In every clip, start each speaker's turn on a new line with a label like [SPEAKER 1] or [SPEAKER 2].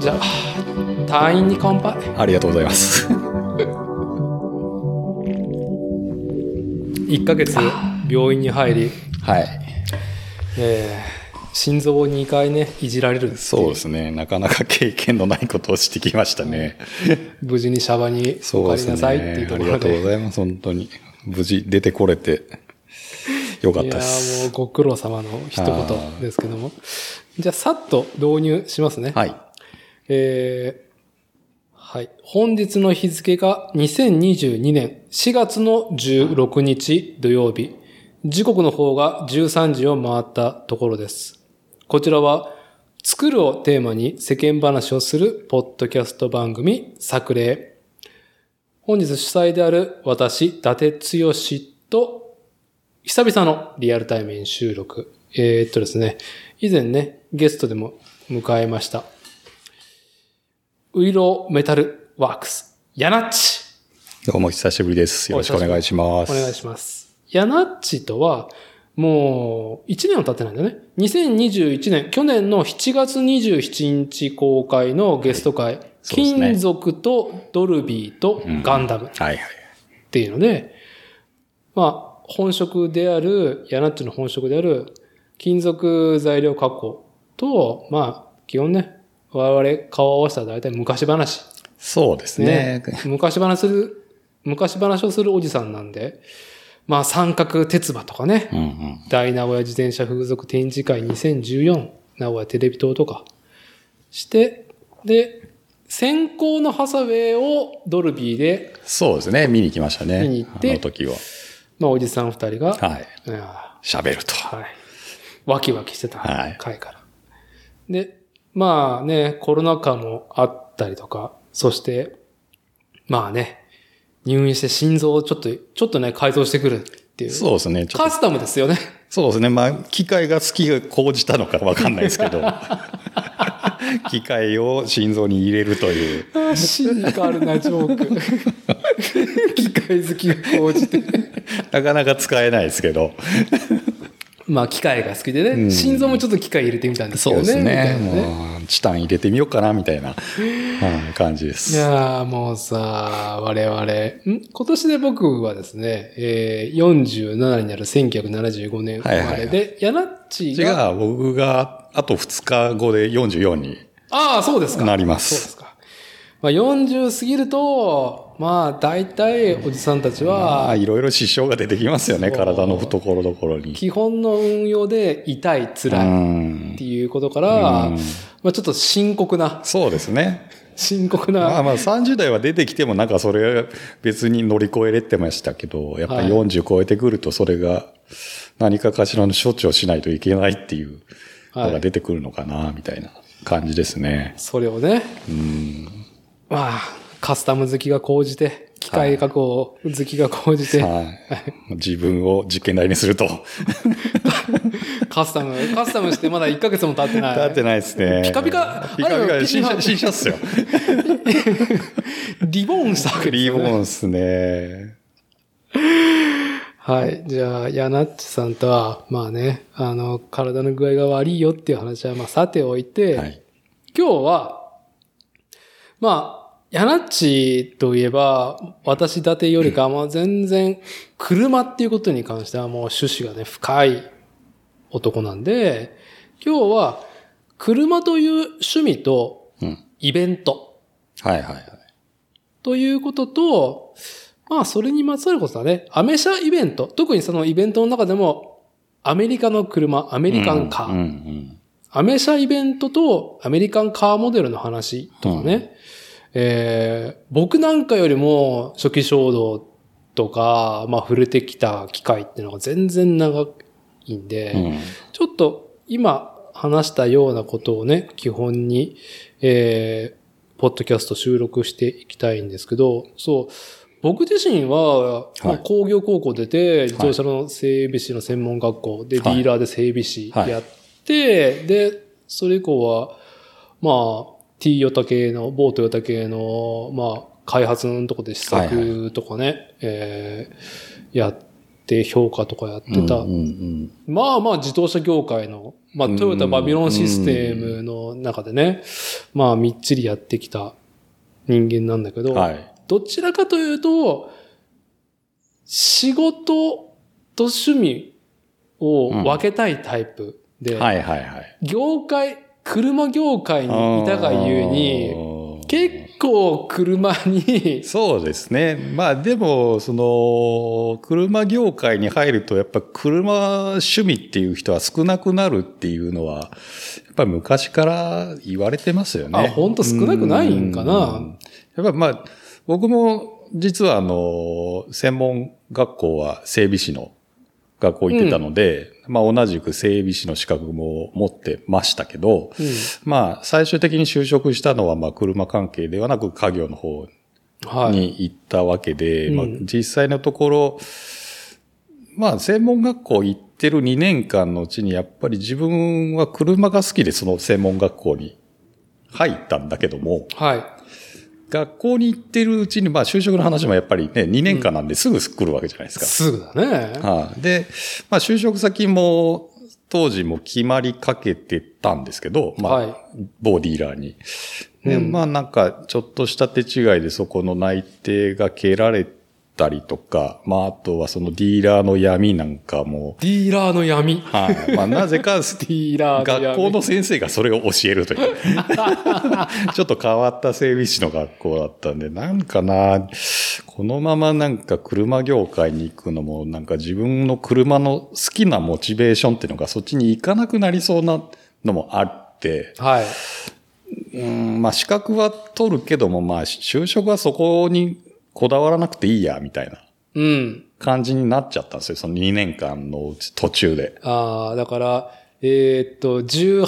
[SPEAKER 1] じゃあ隊員に乾杯
[SPEAKER 2] ありがとうござい ます。
[SPEAKER 1] 1ヶ月病院に入り、
[SPEAKER 2] はい。
[SPEAKER 1] えー心臓を2回ねいじられるんです
[SPEAKER 2] そうですね。なかなか経験のないことをしてきましたね。
[SPEAKER 1] 無事にシャバに
[SPEAKER 2] そ
[SPEAKER 1] お
[SPEAKER 2] うで
[SPEAKER 1] 帰りな
[SPEAKER 2] すね。
[SPEAKER 1] さいっていうと
[SPEAKER 2] あ
[SPEAKER 1] こ
[SPEAKER 2] り
[SPEAKER 1] ろ
[SPEAKER 2] がとう
[SPEAKER 1] で
[SPEAKER 2] ございます。本当に。無事出てこれて、よかっ
[SPEAKER 1] い
[SPEAKER 2] た
[SPEAKER 1] やーもう
[SPEAKER 2] です。
[SPEAKER 1] ご苦労様の一言ですけどもじゃあさっと導入しますね
[SPEAKER 2] はい。
[SPEAKER 1] えーはい。本日の日付が2022年4月の16日土曜日。時刻の方が13時を回ったところです。こちらは、作るをテーマに世間話をするポッドキャスト番組作例。本日主催である私、伊達剛と久々のリアルタイム演収録。えーっとですね、以前ね、ゲストでも迎えました。ウイローメタルワークス、ヤナッチ。
[SPEAKER 2] どうも久しぶりです。よろしくお願いします。
[SPEAKER 1] お願いします。ヤナッチとは、もう、1年は経ってないんだよね。2021年、去年の7月27日公開のゲスト会、
[SPEAKER 2] そうですね
[SPEAKER 1] 金属とドルビーとガンダムっ
[SPEAKER 2] はいはい。
[SPEAKER 1] ていうので、まあ、本職である、ヤナッチの本職である、金属材料加工と、まあ、基本ね、我々顔を合わせたら大体昔話
[SPEAKER 2] そうですね。
[SPEAKER 1] 昔話する、昔話をするおじさんなんで、まあ三角鉄馬とかね、
[SPEAKER 2] うんうん。
[SPEAKER 1] 大名古屋自転車風俗展示会2014、名古屋テレビ塔とかして、で、先行のハサウェイをドルビーで、
[SPEAKER 2] そうですね。見に行きましたね。
[SPEAKER 1] 見に行って
[SPEAKER 2] あの時は。
[SPEAKER 1] まあおじさん二人が、
[SPEAKER 2] は
[SPEAKER 1] い
[SPEAKER 2] い。
[SPEAKER 1] や
[SPEAKER 2] 喋ると。
[SPEAKER 1] ーはい。ワキワキしてた
[SPEAKER 2] はい
[SPEAKER 1] 回から。で、まあね、コロナ禍もあったりとか、そして、まあね、入院して心臓をちょっと、ちょっとね、改造してくるっていう。
[SPEAKER 2] そうですね。ちょっと
[SPEAKER 1] カスタムですよね。
[SPEAKER 2] そうですね。まあ、機械が好きが講じたのかわかんないです けど。機械を心臓に入れるという。
[SPEAKER 1] シニカルなジョーク。機械好きが応じて。
[SPEAKER 2] なかなか使えないですけど。
[SPEAKER 1] まあ、機械が好きでね、
[SPEAKER 2] ん
[SPEAKER 1] 心臓もちょっと機械入れてみたんですけどね。みたいなね
[SPEAKER 2] もう、チタン入れてみようかな、みたいな、うん感じで
[SPEAKER 1] い
[SPEAKER 2] す。
[SPEAKER 1] やーもうさ、我々、ん今年で僕はですね、えー、47になる1975年生まれで、ヤナッチ
[SPEAKER 2] 違
[SPEAKER 1] が、
[SPEAKER 2] う、僕が、あと2日後で44に。
[SPEAKER 1] ああ、そうですか。
[SPEAKER 2] なります
[SPEAKER 1] そうですか。まあ、40過ぎると、まあ、大体おじさんたち
[SPEAKER 2] ああ、
[SPEAKER 1] は、
[SPEAKER 2] いろいろ支障が出てきますよね、
[SPEAKER 1] そう
[SPEAKER 2] 体のところどころに。
[SPEAKER 1] 基本の運用で痛い、
[SPEAKER 2] う
[SPEAKER 1] 辛いっ
[SPEAKER 2] ん
[SPEAKER 1] ていうことから、
[SPEAKER 2] うん
[SPEAKER 1] まあ、ちょっと深刻な、
[SPEAKER 2] そうですね。
[SPEAKER 1] 深刻
[SPEAKER 2] まあ
[SPEAKER 1] な、
[SPEAKER 2] まあ30代は出てきてもなんかそれ別に乗り越えれてましたけど、やっぱり
[SPEAKER 1] は
[SPEAKER 2] 40超えてくるとそれが何かかしらの処置をしないといけないっていうの
[SPEAKER 1] は
[SPEAKER 2] が
[SPEAKER 1] い
[SPEAKER 2] 出てくるのかな、みたいな感じですね。
[SPEAKER 1] それをね、まあ、カスタム好きが講じて、機械加工好きが講じて、
[SPEAKER 2] はい。自分を実験台にすると。
[SPEAKER 1] カスタム、カスタムしてまだ1ヶ月も経ってない。
[SPEAKER 2] だってないですね。
[SPEAKER 1] ピカピカ
[SPEAKER 2] ピカピ
[SPEAKER 1] あれ
[SPEAKER 2] カ。新
[SPEAKER 1] ピカ
[SPEAKER 2] 車、新車っすよ。
[SPEAKER 1] リボーンしたわけです
[SPEAKER 2] リ
[SPEAKER 1] よ
[SPEAKER 2] ボ
[SPEAKER 1] ね。
[SPEAKER 2] ンっすね。
[SPEAKER 1] はい。じゃあ、ヤナッチさんとは、まあね、あの、体の具合が悪いよっていう話は、まあ、さておいて、
[SPEAKER 2] はい。
[SPEAKER 1] 今日は、まあ、ヤナッチといえば、私立てよりか、まあ全然、車っていうことに関してはもう趣旨がね、深い男なんで、今日は、車という趣味と
[SPEAKER 2] うん。
[SPEAKER 1] イベント
[SPEAKER 2] はいはいはい。
[SPEAKER 1] ということと、まあそれにまつわることだね、アメ車イベント、特にそのイベントの中でも、アメリカの車、アメ
[SPEAKER 2] ア
[SPEAKER 1] リカンカー、
[SPEAKER 2] うんうん
[SPEAKER 1] アメ車イベントとアメリカンカーモデルの話とかね、
[SPEAKER 2] う
[SPEAKER 1] えー僕なんかよりも初期衝動とか、まあ触れてきた機会っていうのが全然長いんで、
[SPEAKER 2] うん。うん
[SPEAKER 1] ちょっと今話したようなことをね、基本に、えー、ポッドキャスト収録していきたいんですけど、そう、僕自身は、
[SPEAKER 2] い
[SPEAKER 1] まあ工業高校出て、自動車の整備士の専門学校で、デ
[SPEAKER 2] はい
[SPEAKER 1] ィーラーで整備士やって、で、それ以降は、まあ、T ヨタ系の、某トヨタ系の、まあ、開発のとこで試
[SPEAKER 2] はいは
[SPEAKER 1] 作とかね、えーやっって評価とかやってた。
[SPEAKER 2] うんうん
[SPEAKER 1] まあまあ自動車業界の、まあトヨタバビロンシステムの中でね、まあみっちりやってきた人間なんだけ
[SPEAKER 2] う
[SPEAKER 1] ど、
[SPEAKER 2] んはい。
[SPEAKER 1] どちらかというと、仕事と趣味を分けたいタイプで、
[SPEAKER 2] はいはいはい。
[SPEAKER 1] 業界、車業界にいたがゆえに、
[SPEAKER 2] に
[SPEAKER 1] 結構車に、
[SPEAKER 2] そうですね。まあでも、その、車業界に入ると、やっぱ車趣味っていう人は少なくなるっていうのは、やっぱり昔から言われてますよね。
[SPEAKER 1] あほんと少なくないんかな
[SPEAKER 2] うんやっぱまあ、僕も実はあの、専門学校は整備士の学校行ってたので、まあ同じく整備士の資格も持ってましたけど、まあ最終的に就職したのはまあ車関係ではなく家業の方
[SPEAKER 1] はい。
[SPEAKER 2] に行ったわけで、
[SPEAKER 1] うん
[SPEAKER 2] まあ、実際のところ、まあ、専門学校行ってる2年間のうちに、やっぱり自分は車が好きで、その専門学校に入ったんだけども、
[SPEAKER 1] はい。
[SPEAKER 2] 学校に行ってるうちに、まあ、就職の話もやっぱりね、2年間なんですぐ来るわけじゃないですか。
[SPEAKER 1] すぐだね。
[SPEAKER 2] はいで、まあ、就職先も、当時も決まりかけてたんですけど、まあ、
[SPEAKER 1] はい
[SPEAKER 2] ボーディーラーに。で、
[SPEAKER 1] うん
[SPEAKER 2] まあなんか、ちょっとした手違いでそこの内定が蹴られたりとか、まああとはそのディーラーの闇なんかも、
[SPEAKER 1] ディーラーの闇。デ
[SPEAKER 2] はい。まあなぜか、学
[SPEAKER 1] ィーラーの闇。
[SPEAKER 2] 校の先生がそれを教えると いう。ちょっと変わった整備士の学校だったんで、なんかな、このままなんか車業界に行くのも、なんか自分の車の好きなモチベーションっていうのがそっちに行かなくなりそうなのもあって、
[SPEAKER 1] はい。
[SPEAKER 2] うん、まあ資格は取るけども、まあ就職はそこにこだわらなくていいや、みたいな
[SPEAKER 1] うん。
[SPEAKER 2] 感じになっちゃったんですよ。その2年間のうち途中で。
[SPEAKER 1] ああ、だから、えーっと、18、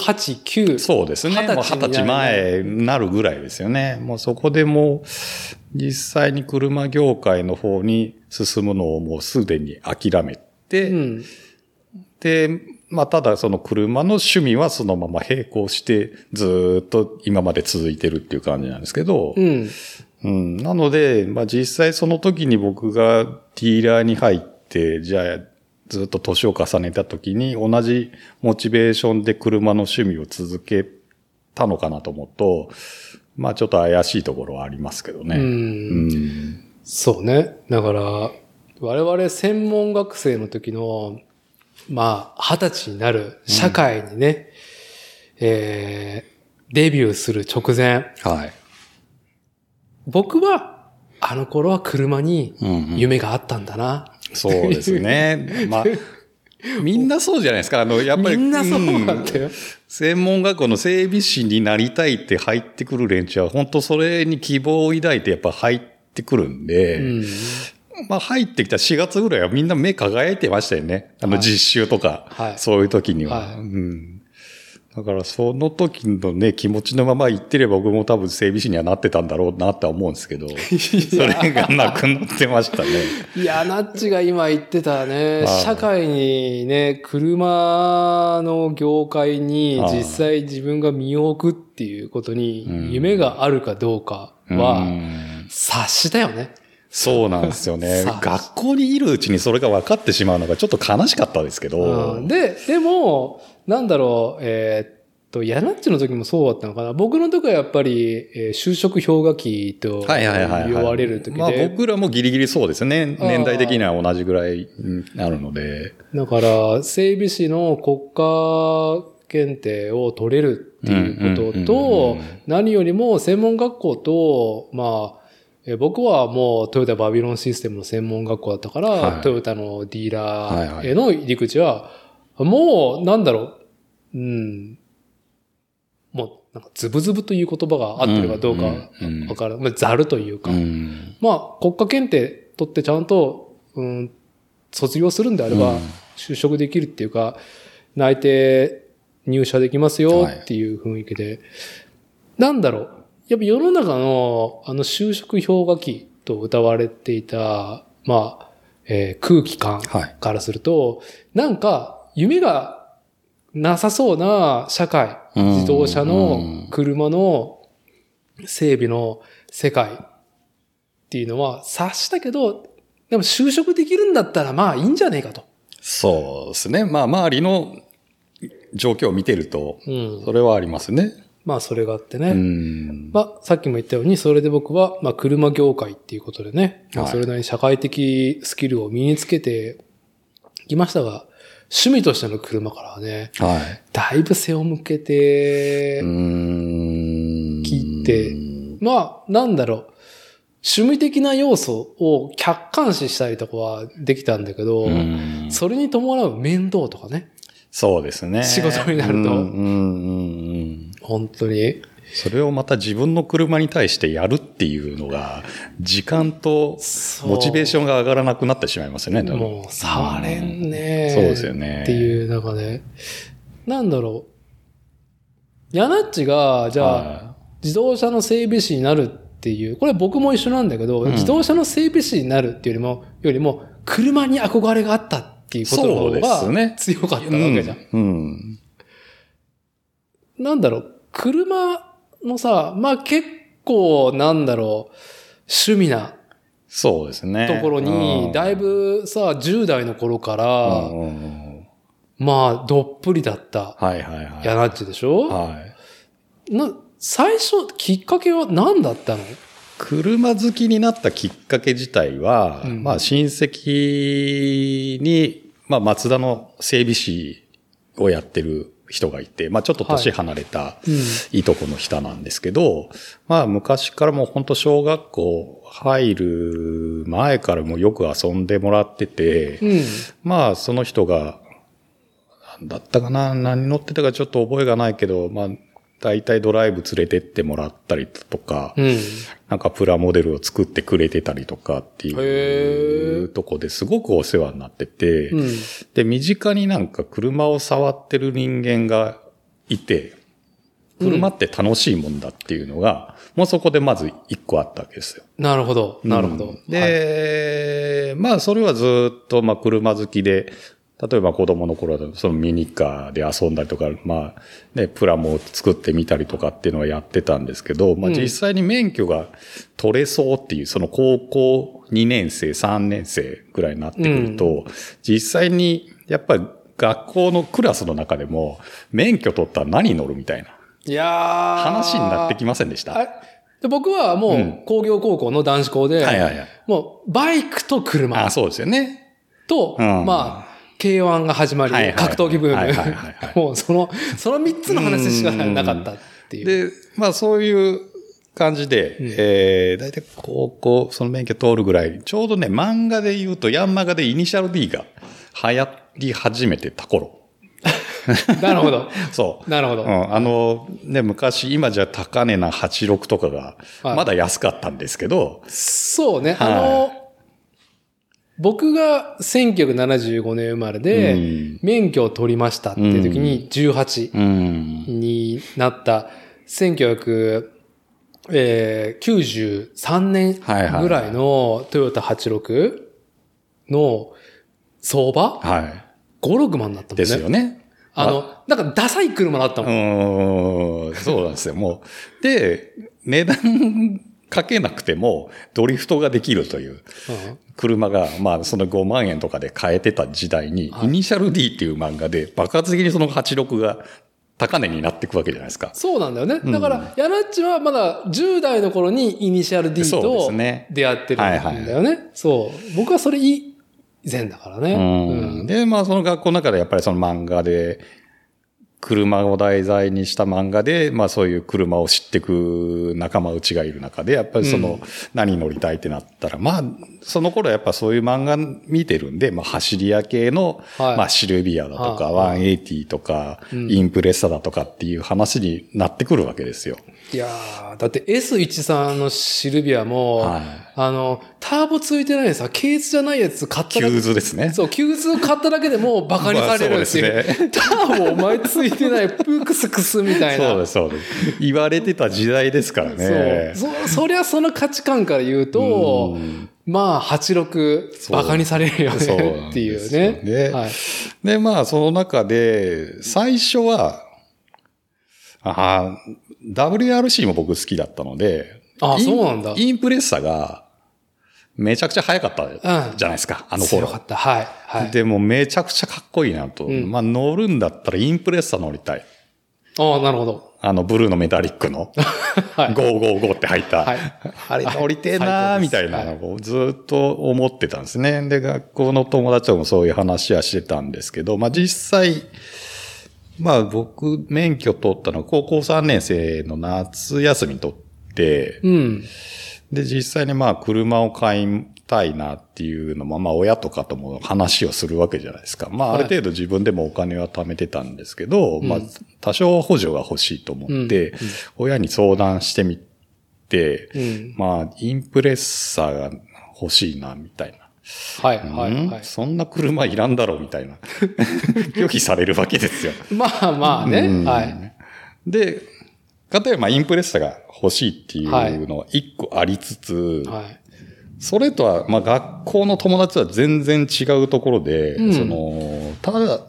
[SPEAKER 1] 9。
[SPEAKER 2] そうですね。
[SPEAKER 1] 20歳
[SPEAKER 2] もう20歳前になるぐらいですよね。もうそこでもう、実際に車業界の方に進むのをもうすでに諦めて、
[SPEAKER 1] うん。
[SPEAKER 2] で、まあただその車の趣味はそのまま並行してずーっと今まで続いてるっていう感じなんですけど、
[SPEAKER 1] うん。
[SPEAKER 2] うん。なので、まあ実際その時に僕がディーラーに入って、じゃあずっと年を重ねた時に同じモチベーションで車の趣味を続けたのかなと思うと、まあちょっと怪しいところはありますけど
[SPEAKER 1] う。
[SPEAKER 2] ね。うんん。
[SPEAKER 1] そうね。だから、我々専門学生の時の、まあ、二十歳になる社会にね、えー、デビューする直前、
[SPEAKER 2] はい。
[SPEAKER 1] 僕は、あの頃は車に
[SPEAKER 2] うんうん
[SPEAKER 1] 夢があったんだな。
[SPEAKER 2] そうです ね。まあ、みんなそうじゃないですか。あの、やっぱり。
[SPEAKER 1] みんなそうだ
[SPEAKER 2] ん
[SPEAKER 1] ったよ。
[SPEAKER 2] 専門学校の整備士になりたいって入ってくる連中は、本当それに希望を抱いてやっぱ入ってくるんで、
[SPEAKER 1] うん。
[SPEAKER 2] まあ入ってきた4月ぐらいはみんな目輝いてましたよね。あ
[SPEAKER 1] は
[SPEAKER 2] の
[SPEAKER 1] い
[SPEAKER 2] 実習とか、
[SPEAKER 1] はい
[SPEAKER 2] そういう時には、
[SPEAKER 1] はい
[SPEAKER 2] うん。だからその時のね、気持ちのまま行ってれば僕も多分整備士にはなってたんだろうなとは思うんで すけど、それがなくなってましたね。
[SPEAKER 1] いや、ナッチが今言ってたね、
[SPEAKER 2] はい
[SPEAKER 1] 社会にね、車の業界に
[SPEAKER 2] はい
[SPEAKER 1] 実際自分が身を置くっていうこと
[SPEAKER 2] うん
[SPEAKER 1] に夢があるかどうか
[SPEAKER 2] う
[SPEAKER 1] は
[SPEAKER 2] ん
[SPEAKER 1] 察しだよね。
[SPEAKER 2] そうなんですよね
[SPEAKER 1] さ。あ
[SPEAKER 2] 学校にいるうちにそれが分かってしまうのがちょっと悲しかったですけど。
[SPEAKER 1] うんで、でも、なんだろう、えーっと、ヤナッチの時もそうだったのかな。僕の時はやっぱり、えー就職氷河期と
[SPEAKER 2] はいはいはい、はい。
[SPEAKER 1] 言われる時で、
[SPEAKER 2] まあ僕らもギリギリそうですね。
[SPEAKER 1] あー
[SPEAKER 2] 年代的には同じぐらいになるので。
[SPEAKER 1] だから、整備士の国家検定を取れるっていうこと
[SPEAKER 2] うんうんうんう
[SPEAKER 1] と
[SPEAKER 2] ん、
[SPEAKER 1] 何よりも専門学校と、まあ、え僕はもうトヨタバビロンシステムの専門学校だったから、
[SPEAKER 2] はい
[SPEAKER 1] トヨタのディーラーへの入り口は、もう、なんだろう、うん、もう、なんか、ズブズブという言葉が合ってるかどうか
[SPEAKER 2] うんうん
[SPEAKER 1] わからない。まあ、ざるというか、まあ、国家検定取ってちゃんと、うん、卒業するんであれば
[SPEAKER 2] うん、
[SPEAKER 1] 就職できるっていうか、内定入社できますよ
[SPEAKER 2] はい
[SPEAKER 1] っていう雰囲気で、なんだろう。やっぱ世の中の、あの、就職氷河期と歌われていた、まあ、えー空気感
[SPEAKER 2] はい。
[SPEAKER 1] からすると、なんか、夢がなさそうな社会、
[SPEAKER 2] うん
[SPEAKER 1] 自動車
[SPEAKER 2] うん
[SPEAKER 1] の車の整備の世界っていうのは察したけど、でも就職できるんだったらまあいいんじゃねえかと。
[SPEAKER 2] そうですね。まあ、周りの状況を見てると、
[SPEAKER 1] うん。
[SPEAKER 2] それはありますね。
[SPEAKER 1] まあそれがあってね。
[SPEAKER 2] うん。
[SPEAKER 1] まあ、さっきも言ったように、それで僕は、まあ、車業界っていうことでね、まあ
[SPEAKER 2] はい
[SPEAKER 1] それなりに社会的スキルを身につけてきましたが、趣味としての車からはね、
[SPEAKER 2] はい。
[SPEAKER 1] だいぶ背を向けて、
[SPEAKER 2] 聞
[SPEAKER 1] 聞いてまあ、なんだろう、趣味的な要素を客観視したりとかはできたんだけど、
[SPEAKER 2] うん
[SPEAKER 1] それに伴う面倒とかね、
[SPEAKER 2] そうですね。
[SPEAKER 1] 仕事になると
[SPEAKER 2] うんうんうんうん
[SPEAKER 1] 本当に。
[SPEAKER 2] それをまた自分の車に対してやるっていうのが、時間とモチベーショ
[SPEAKER 1] ン
[SPEAKER 2] ンが上がらなくなってしまいますね、多分
[SPEAKER 1] もう、触れんね、
[SPEAKER 2] そうですよね。
[SPEAKER 1] って
[SPEAKER 2] う。
[SPEAKER 1] いう中で、なんだろう。ヤナッチが、じゃあ、
[SPEAKER 2] あ、
[SPEAKER 1] 自動車の整備士になるっていう、これ僕も一緒なんだけど、
[SPEAKER 2] うん
[SPEAKER 1] 自動車の整備士になるっていうよりも、よりも、車に憧れがあったっていうことの
[SPEAKER 2] そうです
[SPEAKER 1] 方が
[SPEAKER 2] ね
[SPEAKER 1] 強かったわ
[SPEAKER 2] う
[SPEAKER 1] けじゃん。
[SPEAKER 2] ん。うん。
[SPEAKER 1] なんだろう、車のさ、まあ結構、なんだろう、趣味な
[SPEAKER 2] そうですね。
[SPEAKER 1] ところ
[SPEAKER 2] うん
[SPEAKER 1] に、だい、ぶさ、10代の頃か
[SPEAKER 2] うん
[SPEAKER 1] ら、
[SPEAKER 2] うんうん
[SPEAKER 1] まあ、どっぷりだった、
[SPEAKER 2] はいはいはい。
[SPEAKER 1] ヤナッチでしょ
[SPEAKER 2] はい。
[SPEAKER 1] な、最初、きっかけは何だったの
[SPEAKER 2] 車好きになったきっかけ自体は、
[SPEAKER 1] うん
[SPEAKER 2] まあ親戚に、まあ松田の整備士をやってる人がいて、まあちょっと年離れた
[SPEAKER 1] う
[SPEAKER 2] いとこの人なんですけど、まあ昔からもう本当小学校入る前からもよく遊んでもらってて、
[SPEAKER 1] ん。うん。
[SPEAKER 2] まあその人が、なんだったかな何乗ってたかちょっと覚えがないけど、まあ大体ドライブ連れてってもらったりとか、
[SPEAKER 1] うん。
[SPEAKER 2] なんかプラモデルを作ってくれてたりとかってい
[SPEAKER 1] へー
[SPEAKER 2] うとこですごくお世話になってて、
[SPEAKER 1] うん。
[SPEAKER 2] で、身近になんか車を触ってる人間がいて、
[SPEAKER 1] うん
[SPEAKER 2] 車って楽しいもんだっていうのが、もうそこでまず一個あったわけですよ。
[SPEAKER 1] なるほど。なるほ
[SPEAKER 2] う
[SPEAKER 1] ど
[SPEAKER 2] ん。で、まあそれはずっとまあ車好きで、例えば子供の頃だとそのミニカーで遊んだりとか、まあね、プラモを作ってみたりとかっていうのはやってたんですけど、まあ
[SPEAKER 1] うん
[SPEAKER 2] 実際に免許が取れそうっていう、その高校2年生、3年生ぐらいになってくると、実際にやっぱり学校のクラスの中でも免許取ったら何乗るみたいない
[SPEAKER 1] やー
[SPEAKER 2] 話になってきませんでした。
[SPEAKER 1] あ
[SPEAKER 2] は
[SPEAKER 1] れで僕はも
[SPEAKER 2] う、
[SPEAKER 1] うん工業高校の男子校で、
[SPEAKER 2] いはいはい。
[SPEAKER 1] もう、バイクと
[SPEAKER 2] あ、
[SPEAKER 1] 車
[SPEAKER 2] そうですよね。
[SPEAKER 1] と、
[SPEAKER 2] うん
[SPEAKER 1] まあ、K1 が始まり、
[SPEAKER 2] はいはいはい
[SPEAKER 1] 格闘技ブ
[SPEAKER 2] はいはいはい
[SPEAKER 1] ー
[SPEAKER 2] は
[SPEAKER 1] ム。もう、その、その3つの話しかなかったっていう。
[SPEAKER 2] で、まあそういう感じで、
[SPEAKER 1] うん
[SPEAKER 2] えー、大体高校、その免許通るぐらい、ちょうどね、漫画で言うと、ヤンマガでイニシャル D が流行り始めてた頃。
[SPEAKER 1] なるほど。
[SPEAKER 2] そう。
[SPEAKER 1] なるほ
[SPEAKER 2] う
[SPEAKER 1] ど。
[SPEAKER 2] ん、あの、ね、昔、今じゃ高値な86とかが、
[SPEAKER 1] はい
[SPEAKER 2] まだ安かったんですけど、
[SPEAKER 1] そうね、
[SPEAKER 2] はい
[SPEAKER 1] あの、僕が1975年生まれで、
[SPEAKER 2] うん
[SPEAKER 1] 免許を取りましたっていう時に18
[SPEAKER 2] うん。
[SPEAKER 1] になった1993年ぐらいのトヨタ86の相場
[SPEAKER 2] は
[SPEAKER 1] ?5、6万だったもんね。
[SPEAKER 2] い。ですよね。
[SPEAKER 1] あの、なんかダサい車だったもん。
[SPEAKER 2] うーん、そうなんですよ、もう。で、値段かけなくても、ドリフトができるという。
[SPEAKER 1] うん
[SPEAKER 2] 車が、まあ、その5万円とかで買えてた時代に、
[SPEAKER 1] はい
[SPEAKER 2] イニシャル D っていう漫画で、爆発的にその86が高値になっていくわけじゃないですか。
[SPEAKER 1] そうなんだよね。
[SPEAKER 2] うん
[SPEAKER 1] だから、ヤナッチはまだ10代の頃にイニシャル D
[SPEAKER 2] そうで
[SPEAKER 1] と
[SPEAKER 2] すね
[SPEAKER 1] 出会ってるんだよね。そう。僕はそれ以前だからね。
[SPEAKER 2] うん、で、まあ、その学校の中でやっぱりその漫画で、車を題材にした漫画で、まあそういう車を知ってく仲間内がいる中で、やっぱりその何乗りたいってなったら、まあその頃やっぱそういう漫画見てるんで、まあ走り屋系の、
[SPEAKER 1] はい
[SPEAKER 2] まあシルビアだとか、
[SPEAKER 1] は
[SPEAKER 2] 180とか、
[SPEAKER 1] うん
[SPEAKER 2] インプレッサだとかっていう話になってくるわけですよ。
[SPEAKER 1] いやー、だって S13 のシルビアも、
[SPEAKER 2] はい。
[SPEAKER 1] あの、ターボついてないさ、ケースじゃないやつ買った
[SPEAKER 2] キ
[SPEAKER 1] だ
[SPEAKER 2] ュー
[SPEAKER 1] け、
[SPEAKER 2] ズですね。
[SPEAKER 1] そう、キューズを買っただけでもうバカにされるっていう。
[SPEAKER 2] まあそうです ね
[SPEAKER 1] ターボお前ついてない、プークスクスみたいな。
[SPEAKER 2] そうです、そうです。言われてた時代ですからね。
[SPEAKER 1] そうそ そりゃその価値観から言うと、
[SPEAKER 2] うん
[SPEAKER 1] まあ86
[SPEAKER 2] そう
[SPEAKER 1] バカにされるよ
[SPEAKER 2] そうなんですよ
[SPEAKER 1] ね
[SPEAKER 2] ね
[SPEAKER 1] っていうねはい、
[SPEAKER 2] で、まあ、その中で、最初は、あー WRC も僕好きだったので、
[SPEAKER 1] あ
[SPEAKER 2] イン
[SPEAKER 1] そうなんだ
[SPEAKER 2] インプレッサが、めちゃくちゃ早かったじゃないですか、あの
[SPEAKER 1] 強
[SPEAKER 2] 頃
[SPEAKER 1] か。った。はい。はい。
[SPEAKER 2] でもめちゃくちゃかっこいいなと。
[SPEAKER 1] ん
[SPEAKER 2] まあ乗るんだったらインプレッサー乗りたい。
[SPEAKER 1] ああ、なるほど。
[SPEAKER 2] あのブルーのメタリックの
[SPEAKER 1] はい。
[SPEAKER 2] 555って入った。
[SPEAKER 1] はい
[SPEAKER 2] あれ乗りてえなーみたいなのをずっと思ってたんですね。で、学校の友達ともそういう話はしてたんですけど、まあ実際、まあ僕免許取ったのは高校3年生の夏休みに取って、
[SPEAKER 1] うん。
[SPEAKER 2] で、実際にまあ車を買いたいなっていうのも、まあ親とかとも話をするわけじゃないですか。まあある程度自分でもお金は貯めてたんですけど、まあ多少補助が欲しいと思って、親に相談してみて、
[SPEAKER 1] うん
[SPEAKER 2] まあインプレッサーが欲しいなみたいな。
[SPEAKER 1] はい。はい。
[SPEAKER 2] ん
[SPEAKER 1] はい。
[SPEAKER 2] そんな車いらんだろうみた いな。拒否されるわけですよ。
[SPEAKER 1] まあまあ
[SPEAKER 2] う
[SPEAKER 1] ね。
[SPEAKER 2] ん
[SPEAKER 1] はい。
[SPEAKER 2] で、かたやまあインプレッサーが欲しいっていうのは一個ありつつ、
[SPEAKER 1] はい。
[SPEAKER 2] それとは、まあ、学校の友達とは全然違うところで、
[SPEAKER 1] うん
[SPEAKER 2] その、ただ、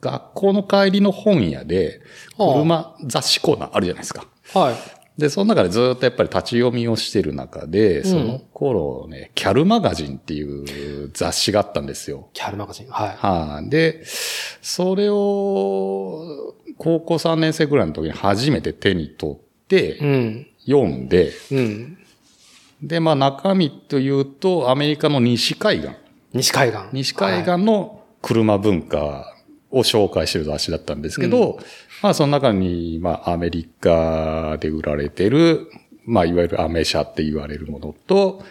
[SPEAKER 2] 学校の帰りの本屋で、
[SPEAKER 1] ああ
[SPEAKER 2] 車雑誌コーナーあるじゃないですか。
[SPEAKER 1] はい。
[SPEAKER 2] で、その中でずっとやっぱり立ち読みをしてる中で、その頃ね、キャルマガジンっていう雑誌があったんですよ。
[SPEAKER 1] キャルマガジン。はい。
[SPEAKER 2] はい、で、それを、高校3年生ぐらいの時に初めて手に取って、
[SPEAKER 1] うん。
[SPEAKER 2] 読んで、
[SPEAKER 1] うん。
[SPEAKER 2] で、まあ中身というと、アメリカの西海岸。
[SPEAKER 1] 西海岸。
[SPEAKER 2] 西海岸の車文化を紹介してる雑誌だったんですけど、まあその中に、まあアメリカで売られてる、まあいわゆるアメ車って言われるものと、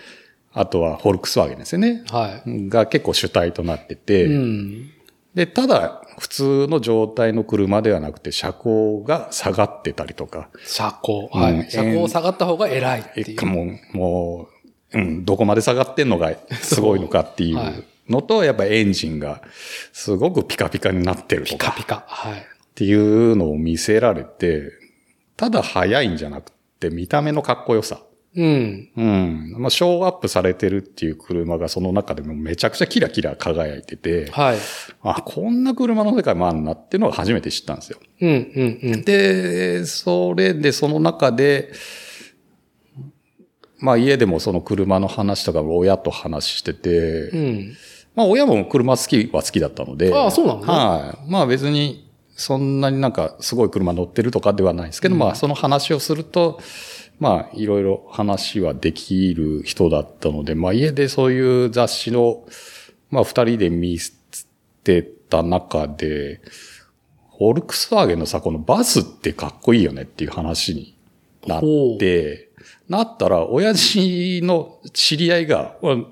[SPEAKER 2] あとはフォルクスワーゲンですよね。
[SPEAKER 1] はい。
[SPEAKER 2] が結構主体となってて、
[SPEAKER 1] うん。
[SPEAKER 2] で、ただ普通の状態の車ではなくて車高が下がってたりとか、
[SPEAKER 1] 車高。
[SPEAKER 2] うん
[SPEAKER 1] は
[SPEAKER 2] えー
[SPEAKER 1] い。車高下がった方が偉いって
[SPEAKER 2] え
[SPEAKER 1] いう。
[SPEAKER 2] もう、もう、うん、どこまで下がってんのがすごいのかってい
[SPEAKER 1] は
[SPEAKER 2] う
[SPEAKER 1] い
[SPEAKER 2] のと、やっぱエンジンがすごくピカピカになってると
[SPEAKER 1] ピカ
[SPEAKER 2] か
[SPEAKER 1] ピカ。はい。
[SPEAKER 2] っていうのを見せられて、ただ速いんじゃなくて見た目のかっこよさ。
[SPEAKER 1] うん。
[SPEAKER 2] うん。まあ、ショーアップされてるっていう車がその中でもめちゃくちゃキラキラ輝いてて、
[SPEAKER 1] はい。
[SPEAKER 2] あ、こんな車の世界もあるなっていうのは初めて知ったんですよ。
[SPEAKER 1] うんうんうん。
[SPEAKER 2] で、それで、その中で、まあ家でもその車の話とか親と話してて、
[SPEAKER 1] うん。
[SPEAKER 2] まあ親も車好きは好きだったので、
[SPEAKER 1] ああそうなのね
[SPEAKER 2] はい。まあ別に、そんなになんかすごい車乗ってるとかではないですけど、まあその話をすると、まあいろいろ話はできる人だったので、まあ家でそういう雑誌の、まあ二人で見捨てた中で、フォルクスワーゲンのさ、このバスってかっこいいよねっていう話になって、なったら、親父の知り合いが、俺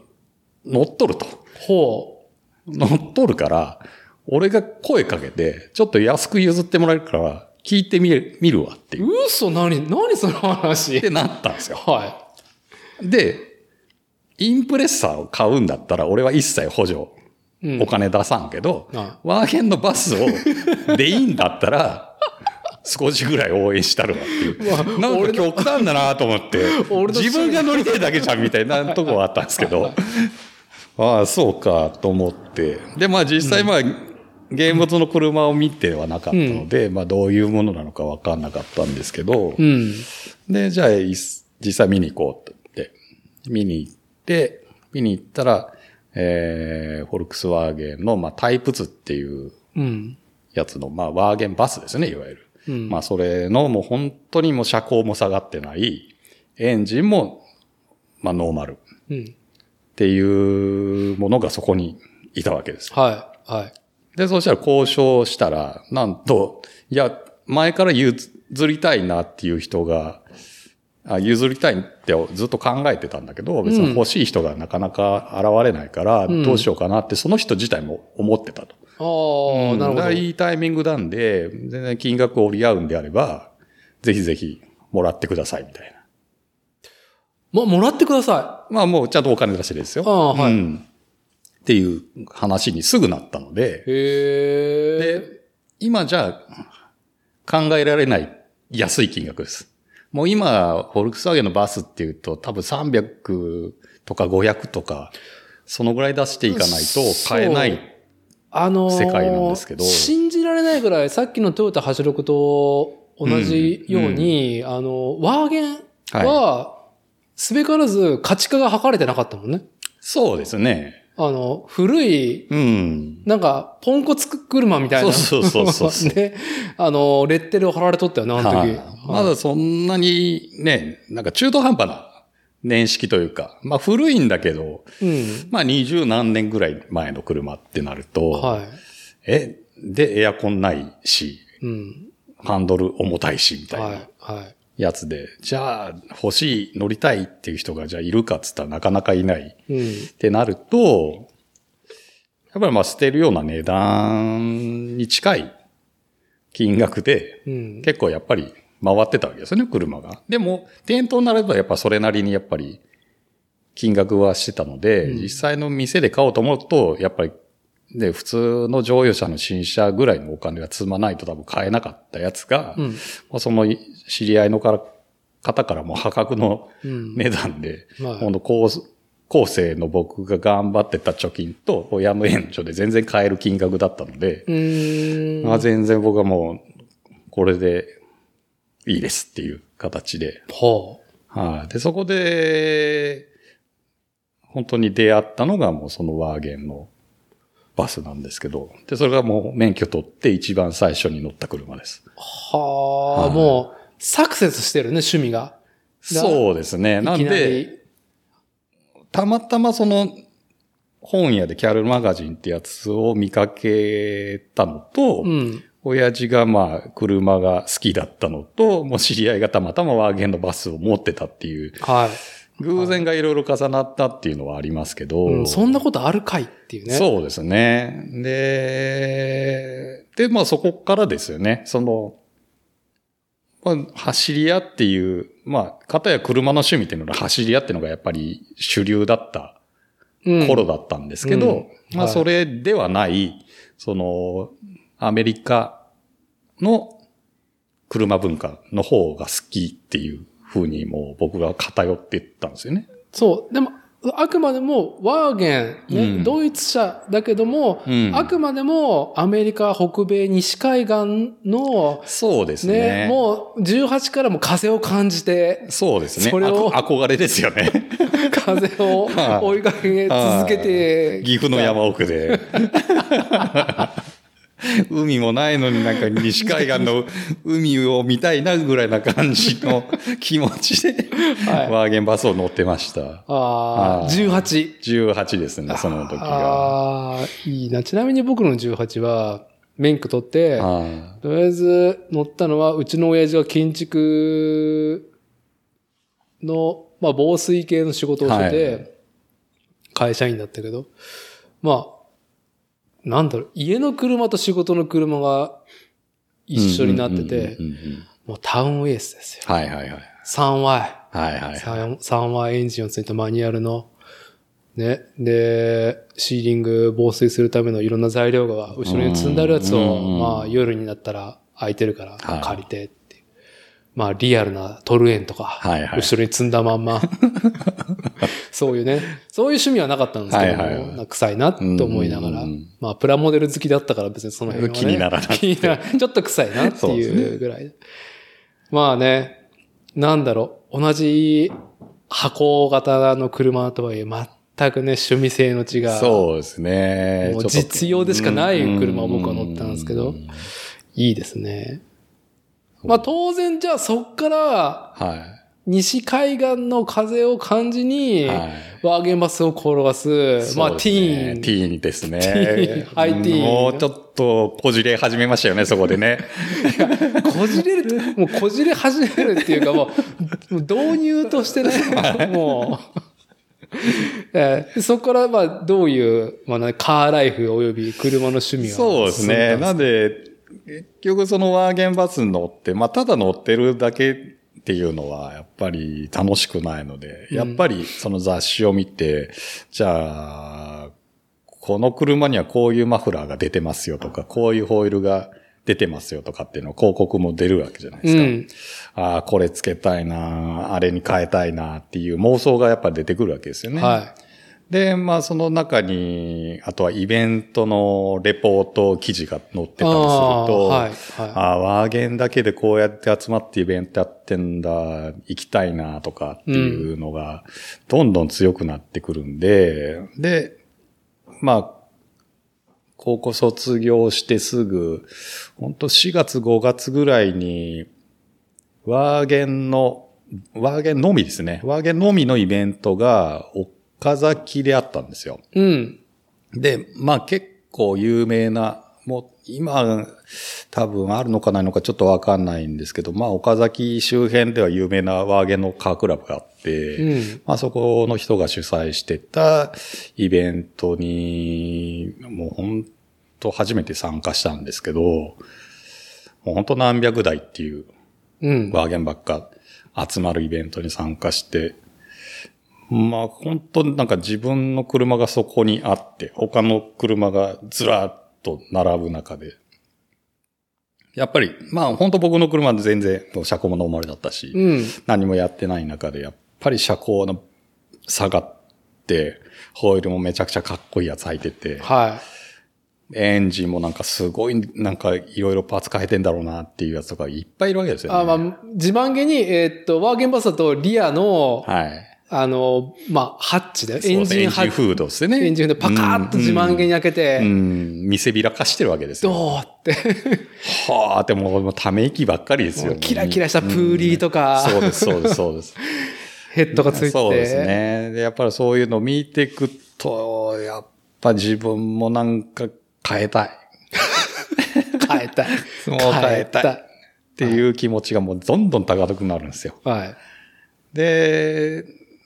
[SPEAKER 2] 乗っとると。
[SPEAKER 1] ほ。
[SPEAKER 2] 乗っとるから、俺が声かけて、ちょっと安く譲ってもらえるから、聞いてみる、見るわっていうう。
[SPEAKER 1] 嘘何何その
[SPEAKER 2] って
[SPEAKER 1] 話。
[SPEAKER 2] なったんですよ。
[SPEAKER 1] は
[SPEAKER 2] で、インプレッサーを買うんだったら、俺は一切補助、
[SPEAKER 1] い。うん
[SPEAKER 2] お。金出さんけど、
[SPEAKER 1] あ
[SPEAKER 2] ワーゲンの バスを、でいいんだったら、少しぐらい応援したるわっていう。なんか極端だなと思って、
[SPEAKER 1] 俺の
[SPEAKER 2] 自分が乗りたいだけじゃんみたいなとこはあったんです けど、ああ、そうかと思って。で、まあ実際まあ、現物の車を見てはなかったので、まあどういうものなのかわかんなかったんですけど、
[SPEAKER 1] うん。
[SPEAKER 2] で、じゃあ、いっ実際見に行こうって言って、見に行って、見に行ったら、えー、フォルクスワーゲンの、まあ、タイプ2っていう
[SPEAKER 1] うん。
[SPEAKER 2] やつの、まあ、ワーゲンバスですね、いわゆる。
[SPEAKER 1] うん
[SPEAKER 2] まあ、それの、もう本当にもう車高も下がってない、エンジンも、まあ、ノーマルっ
[SPEAKER 1] うん。
[SPEAKER 2] ていうものがそこにいたわけです。
[SPEAKER 1] はい。はい。
[SPEAKER 2] で、そしたら交渉したら、なんと、いや、前から譲りたいなっていう人が、あ譲りたいってずっと考えてたんだけど、別に欲しい人がなかなか現れないから、
[SPEAKER 1] ん
[SPEAKER 2] どうしようかなって、その人自体も思ってたと。
[SPEAKER 1] ああ、なるほ
[SPEAKER 2] だから
[SPEAKER 1] ど。
[SPEAKER 2] いいタイミングなんで、全然金額を折り合うんであれば、ぜひぜひもらってくださいみたいな。
[SPEAKER 1] ま、もらってくださ
[SPEAKER 2] まあもうちゃんとお金出しですよ。
[SPEAKER 1] ああはい
[SPEAKER 2] うんっていう話にすぐなったので、
[SPEAKER 1] い。へえ。
[SPEAKER 2] で、今じゃ考えられない安い金額です。もう今、フォルクスワーゲンのバスっていうと多分300とか500とか、そのぐらい出していかないと買えない。
[SPEAKER 1] あのー
[SPEAKER 2] 世界なんですけど
[SPEAKER 1] 信じられないぐらい、さっきのトヨタ86と同じように、あの、ワーゲンは、すべからず価値化が図れてなかったもんね。
[SPEAKER 2] そうですね。
[SPEAKER 1] あの、古い、
[SPEAKER 2] うん。
[SPEAKER 1] なんか、ポンコツ車みたいな。
[SPEAKER 2] そうそうそうそうそ う
[SPEAKER 1] ね。あの、レッテルを貼られとったよね、あの時。
[SPEAKER 2] はいまだそんなにね、なんか中途半端な年式というか、まあ古いんだけど、
[SPEAKER 1] うん。
[SPEAKER 2] まあ二十何年ぐらい前の車ってなると、
[SPEAKER 1] はい。
[SPEAKER 2] え、で、エアコンないし、
[SPEAKER 1] うん。
[SPEAKER 2] ハンドル重たいし、みたい
[SPEAKER 1] は。
[SPEAKER 2] ない
[SPEAKER 1] はい。
[SPEAKER 2] やつで、じゃあ欲しい、乗りたいっていう人がじゃあいるかっつったらなかなかいない
[SPEAKER 1] うん
[SPEAKER 2] っ。てなると、やっぱりまあ捨てるような値段に近い金額で、
[SPEAKER 1] うん。
[SPEAKER 2] 結構やっぱり回ってたわけですよね、車が。でも、店頭になればやっぱそれなりにやっぱり金額はしてたので、
[SPEAKER 1] うん
[SPEAKER 2] 実際の店で買おうと思うと、やっぱり、で、普通の乗用車の新車ぐらいのお金が積まないと多分買えなかったやつが、
[SPEAKER 1] うん。
[SPEAKER 2] まあその知り合いのから方からも破格の
[SPEAKER 1] うん。
[SPEAKER 2] 値段で、
[SPEAKER 1] はい
[SPEAKER 2] ほんと高高生の僕が頑張ってた貯金と親の援助で全然買える金額だったので、
[SPEAKER 1] うーん。
[SPEAKER 2] あ全然僕はもう、これでいいですっていう形で。
[SPEAKER 1] は
[SPEAKER 2] はい、で、そこで、本当に出会ったのがもうそのワーゲンのバスなんですけど、で、それがもう免許取って一番最初に乗った車です。
[SPEAKER 1] あ。はあ、
[SPEAKER 2] はい
[SPEAKER 1] もう、サクセスしてるね、趣味が。だ
[SPEAKER 2] そうですね。なん
[SPEAKER 1] いきな
[SPEAKER 2] で、
[SPEAKER 1] り。
[SPEAKER 2] たまたまその本屋でキャルマガジンってやつを見かけたのと、
[SPEAKER 1] うん。
[SPEAKER 2] 親父がまあ車が好きだったのと、もう知り合いがたまたまワーゲンのバスを持ってたっていう、
[SPEAKER 1] はい。
[SPEAKER 2] 偶然がいろいろ重なったっていうのはありますけど、
[SPEAKER 1] うん、そんなことあるかいっていうね。う。
[SPEAKER 2] そうですね。で、で、まあそこからですよね。その、まあ、走り屋っていう、まあ、かたや車の趣味っていうのが走り屋っていうのがやっぱり主流だった
[SPEAKER 1] うん、
[SPEAKER 2] 頃だったんですけど、
[SPEAKER 1] うん
[SPEAKER 2] まあ
[SPEAKER 1] はい
[SPEAKER 2] それではない、その、アメリカの車文化の方が好きっていう風にもう僕は偏ってったんですよね。
[SPEAKER 1] そう。でも、あくまでも、ワーゲン、ね
[SPEAKER 2] うん
[SPEAKER 1] ドイツ車だけども、
[SPEAKER 2] うん
[SPEAKER 1] あくまでも、アメリカ、北米、西海岸の、
[SPEAKER 2] そうです
[SPEAKER 1] ね
[SPEAKER 2] ね。
[SPEAKER 1] もう、18からも風を感じ て、
[SPEAKER 2] そうですね。
[SPEAKER 1] それを
[SPEAKER 2] あこ憧れですよね。
[SPEAKER 1] 風を
[SPEAKER 2] はい
[SPEAKER 1] 追いかけ続けて、
[SPEAKER 2] 岐阜の山奥で。 海もないのになんか西海岸の海を見たいなぐらいな感じの気持ちで、
[SPEAKER 1] はい
[SPEAKER 2] ワーゲンバスを乗ってました。
[SPEAKER 1] ああ、
[SPEAKER 2] はい
[SPEAKER 1] 18。
[SPEAKER 2] 18ですね、その時が。
[SPEAKER 1] ああ、いいな。ちなみに僕の18は、免許取って、
[SPEAKER 2] あ
[SPEAKER 1] とりあえず乗ったのは、うちの親父が建築の、まあ、防水系の仕事をしてて、
[SPEAKER 2] は
[SPEAKER 1] 会社員だったけど、まあ、なんだろう、家の車と仕事の車が一緒になってて、
[SPEAKER 2] うんうんうんうん
[SPEAKER 1] もうタウンウェイスですよ。
[SPEAKER 2] はいはいはい。
[SPEAKER 1] 3Y。
[SPEAKER 2] はいはい。
[SPEAKER 1] 3 3Y エンジンをついたマニュアルの、ね。で、シーリング防水するためのいろんな材料が後ろに積んであるやつを、
[SPEAKER 2] うん
[SPEAKER 1] まあ夜になったら空いてるから
[SPEAKER 2] はい
[SPEAKER 1] 借りてっていうまあリアルなトルエンとか、
[SPEAKER 2] はいはい
[SPEAKER 1] 後ろに積んだまん ま、そういうね、そういう趣味はなかったんですけども、
[SPEAKER 2] はいはいは
[SPEAKER 1] な
[SPEAKER 2] い
[SPEAKER 1] んか臭いなと思いながら、
[SPEAKER 2] うんうんうん
[SPEAKER 1] まあプラモデル好きだったから別にその辺は、ね、
[SPEAKER 2] 気にならなくて
[SPEAKER 1] 気にならちょっと臭いなっていうぐらい。まあね、なんだろう、同じ箱型の車とはいえ、全くね、趣味性の違う。
[SPEAKER 2] そうですね。
[SPEAKER 1] もう
[SPEAKER 2] ちょっと
[SPEAKER 1] 実用でしかない車を僕は乗ったんですけど
[SPEAKER 2] うう
[SPEAKER 1] いいですね。まあ当然じゃあそっから
[SPEAKER 2] は
[SPEAKER 1] 西海岸の風を感じ
[SPEAKER 2] い。
[SPEAKER 1] に、
[SPEAKER 2] はい
[SPEAKER 1] ワーゲンバスを転がす、まあ
[SPEAKER 2] そう
[SPEAKER 1] テ
[SPEAKER 2] で
[SPEAKER 1] ィ
[SPEAKER 2] すね
[SPEAKER 1] ーン。
[SPEAKER 2] ティーンですね。
[SPEAKER 1] ティーンハイティーン
[SPEAKER 2] もうちょっとこじれ始めましたよね、そこでね。
[SPEAKER 1] こじれ る、もうこじれ始めるっていうかもう、もう導入としてね、もう。えーそこから、まあ、どういう、まあね、カーライフ及び車の趣味は
[SPEAKER 2] そうですね。なん
[SPEAKER 1] で
[SPEAKER 2] で、結局そのワーゲンバスに乗って、まあ、ただ乗ってるだけっていうのは、やっぱり楽しくないので、
[SPEAKER 1] うん
[SPEAKER 2] やっぱりその雑誌を見て、じゃあ、この車にはこういうマフラーが出てますよとか、こういうホイールが出てますよとかっていうの広告も出るわけじゃないですか。
[SPEAKER 1] うん。
[SPEAKER 2] ああ、これつけたいなあ、あれに変えたいなっていう妄想がやっぱ出てくるわけですよね。
[SPEAKER 1] は
[SPEAKER 2] で、まあその中に、あとはイベントのレポート記事が載ってたりすると、
[SPEAKER 1] はい。
[SPEAKER 2] あ
[SPEAKER 1] は
[SPEAKER 2] あ、ワーゲンだけでこうやって集まってイベントやってんだ、行きたいなとかっていうのが、どんどん強くなってくるんで、で、まあ、高校卒業してすぐ、ほんと4月5月ぐらいに、ワーゲンの、ワーゲンのみですね。ワーゲンのみのイベントが、岡崎であったんですよ。
[SPEAKER 1] い。うん。
[SPEAKER 2] で、まあ結構有名な、もう今多分あるのかないのかちょっとわかんないんですけど、まあ岡崎周辺では有名なワーゲンのカークラブがあって、
[SPEAKER 1] うん。
[SPEAKER 2] まあそこの人が主催してたイベントに、もう本当初めて参加したんですけど、もう本当何百台っていう
[SPEAKER 1] うん。
[SPEAKER 2] ワーゲンばっか集まるイベントに参加して、まあ本当なんか自分の車がそこにあって、他の車がずらっと並ぶ中で、やっぱり、まあ本当僕の車で全然もう車高もノーマルだったし、
[SPEAKER 1] うん。
[SPEAKER 2] 何もやってない中で、やっぱり車高の下がって、ホイールもめちゃくちゃかっこいいやつ履いてて、
[SPEAKER 1] は
[SPEAKER 2] エンジンもなんかすごい、なんかいろいろパーツ変えてんだろうなっていうやつとかいっぱいいるわけです
[SPEAKER 1] い。
[SPEAKER 2] よね。
[SPEAKER 1] あ、まあ、自慢げに、えーっと、ワーゲンバスだとリアの、
[SPEAKER 2] はい。
[SPEAKER 1] あの、まあ、ハッチだよ。
[SPEAKER 2] そう
[SPEAKER 1] エンジンハッ
[SPEAKER 2] エンフ
[SPEAKER 1] チ。
[SPEAKER 2] ードですね。
[SPEAKER 1] エンジンでパカーッと自慢げに開け
[SPEAKER 2] うん、う
[SPEAKER 1] て、
[SPEAKER 2] ん見せびらかしてるわけですよ。
[SPEAKER 1] どうって、
[SPEAKER 2] はあ、でももうため息ばっかりですよ、ね。
[SPEAKER 1] キラキラしたプーリーとか、
[SPEAKER 2] そうです、そうです、そう です。
[SPEAKER 1] ヘッドがついてて。
[SPEAKER 2] そうですね。で、やっぱりそういうのを見ていくと、やっぱ自分もなんか変えたい。
[SPEAKER 1] 変えたい。
[SPEAKER 2] もう変えたい。っていう気持ちがもうどんどん高くなるんですよ。
[SPEAKER 1] はい。
[SPEAKER 2] で、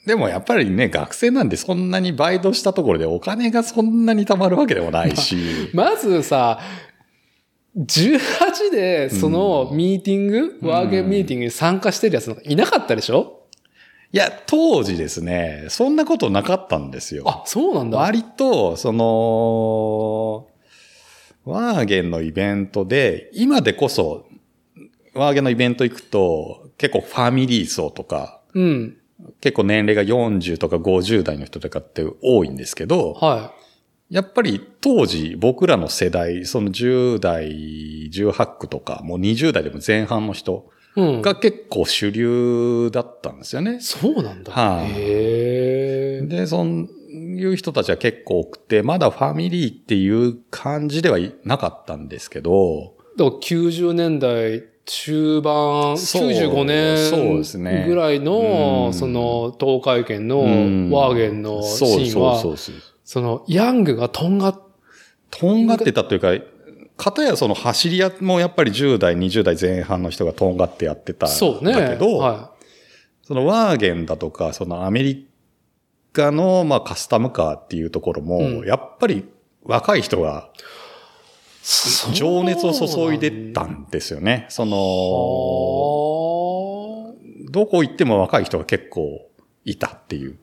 [SPEAKER 2] でもやっぱりね、学生なんでそんなにバイトしたところでお金がそんなに貯まるわけでもないし。
[SPEAKER 1] まずさ、18でそのミーティング、ワーゲンミーティングに参加してるやつなんかいなかったでしょ
[SPEAKER 2] いや、当時ですね、そんなことなかったんですよ。
[SPEAKER 1] あ、そうなんだ。
[SPEAKER 2] 割と、その、ワーゲンのイベントで、今でこそ、ワーゲンのイベント行くと、結構ファミリー層とか、
[SPEAKER 1] うん。
[SPEAKER 2] 結構年齢が40とか50代の人とかって多いんですけど、
[SPEAKER 1] は
[SPEAKER 2] やっぱり当時僕らの世代、その10代、18区とか、もう20代でも前半の人
[SPEAKER 1] い。うん。
[SPEAKER 2] が結構主流だったんですよね。
[SPEAKER 1] そうなんだ。
[SPEAKER 2] はい
[SPEAKER 1] へー
[SPEAKER 2] で、そういう人たちは結構多くて、まだファミリーっていう感じではいなかったんですけど、
[SPEAKER 1] だから90年代中盤、
[SPEAKER 2] そうそうです
[SPEAKER 1] 95
[SPEAKER 2] ね
[SPEAKER 1] 年ぐらいうの、
[SPEAKER 2] ん
[SPEAKER 1] その、東海圏の
[SPEAKER 2] うん
[SPEAKER 1] ワーゲンのシーン
[SPEAKER 2] そうそ
[SPEAKER 1] は、
[SPEAKER 2] うそうそう。
[SPEAKER 1] その、ヤングがとんがっ
[SPEAKER 2] とんがってたというか、片やその走り屋もやっぱり10代、20代前半の人がとんがってやってたん
[SPEAKER 1] そうね。
[SPEAKER 2] だけど、
[SPEAKER 1] は
[SPEAKER 2] そのワーゲンだとか、そのアメリカのまあカスタムカーっていうところも、
[SPEAKER 1] うん
[SPEAKER 2] やっぱり若い人が
[SPEAKER 1] い。
[SPEAKER 2] 情熱を注いでたんですよね。その、
[SPEAKER 1] はあ
[SPEAKER 2] どこ行っても若い人が結構いたっていう。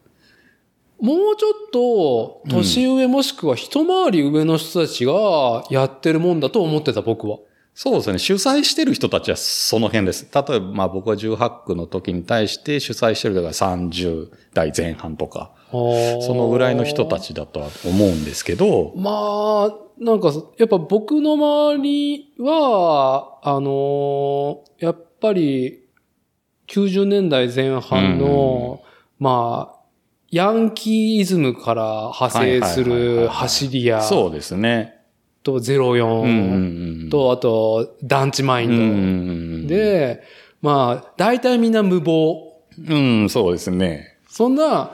[SPEAKER 1] もうちょっと、年上もしくは一回り上の人たちがやってるもんだと思ってた、僕は。
[SPEAKER 2] そうですね。主催してる人たちはその辺です。例えば、まあ僕は18区の時に対して主催してる人が30代前半とか、そ
[SPEAKER 1] そ
[SPEAKER 2] のぐらいの人た。ちだとは思うんですけど、
[SPEAKER 1] まあ、なんか、やっぱ僕の周りは、あのーやっぱり、90年代前半の、まあ、ヤンキーイズムから派生す
[SPEAKER 2] はいはいはいはい
[SPEAKER 1] る走り屋
[SPEAKER 2] そうですね。
[SPEAKER 1] と
[SPEAKER 2] うんうん
[SPEAKER 1] 04
[SPEAKER 2] うん、
[SPEAKER 1] と、あと、団地マイ
[SPEAKER 2] うんうん
[SPEAKER 1] ン
[SPEAKER 2] うん
[SPEAKER 1] ド。、で、まあ、大体みんな無謀。
[SPEAKER 2] うん、そうですね。
[SPEAKER 1] そんな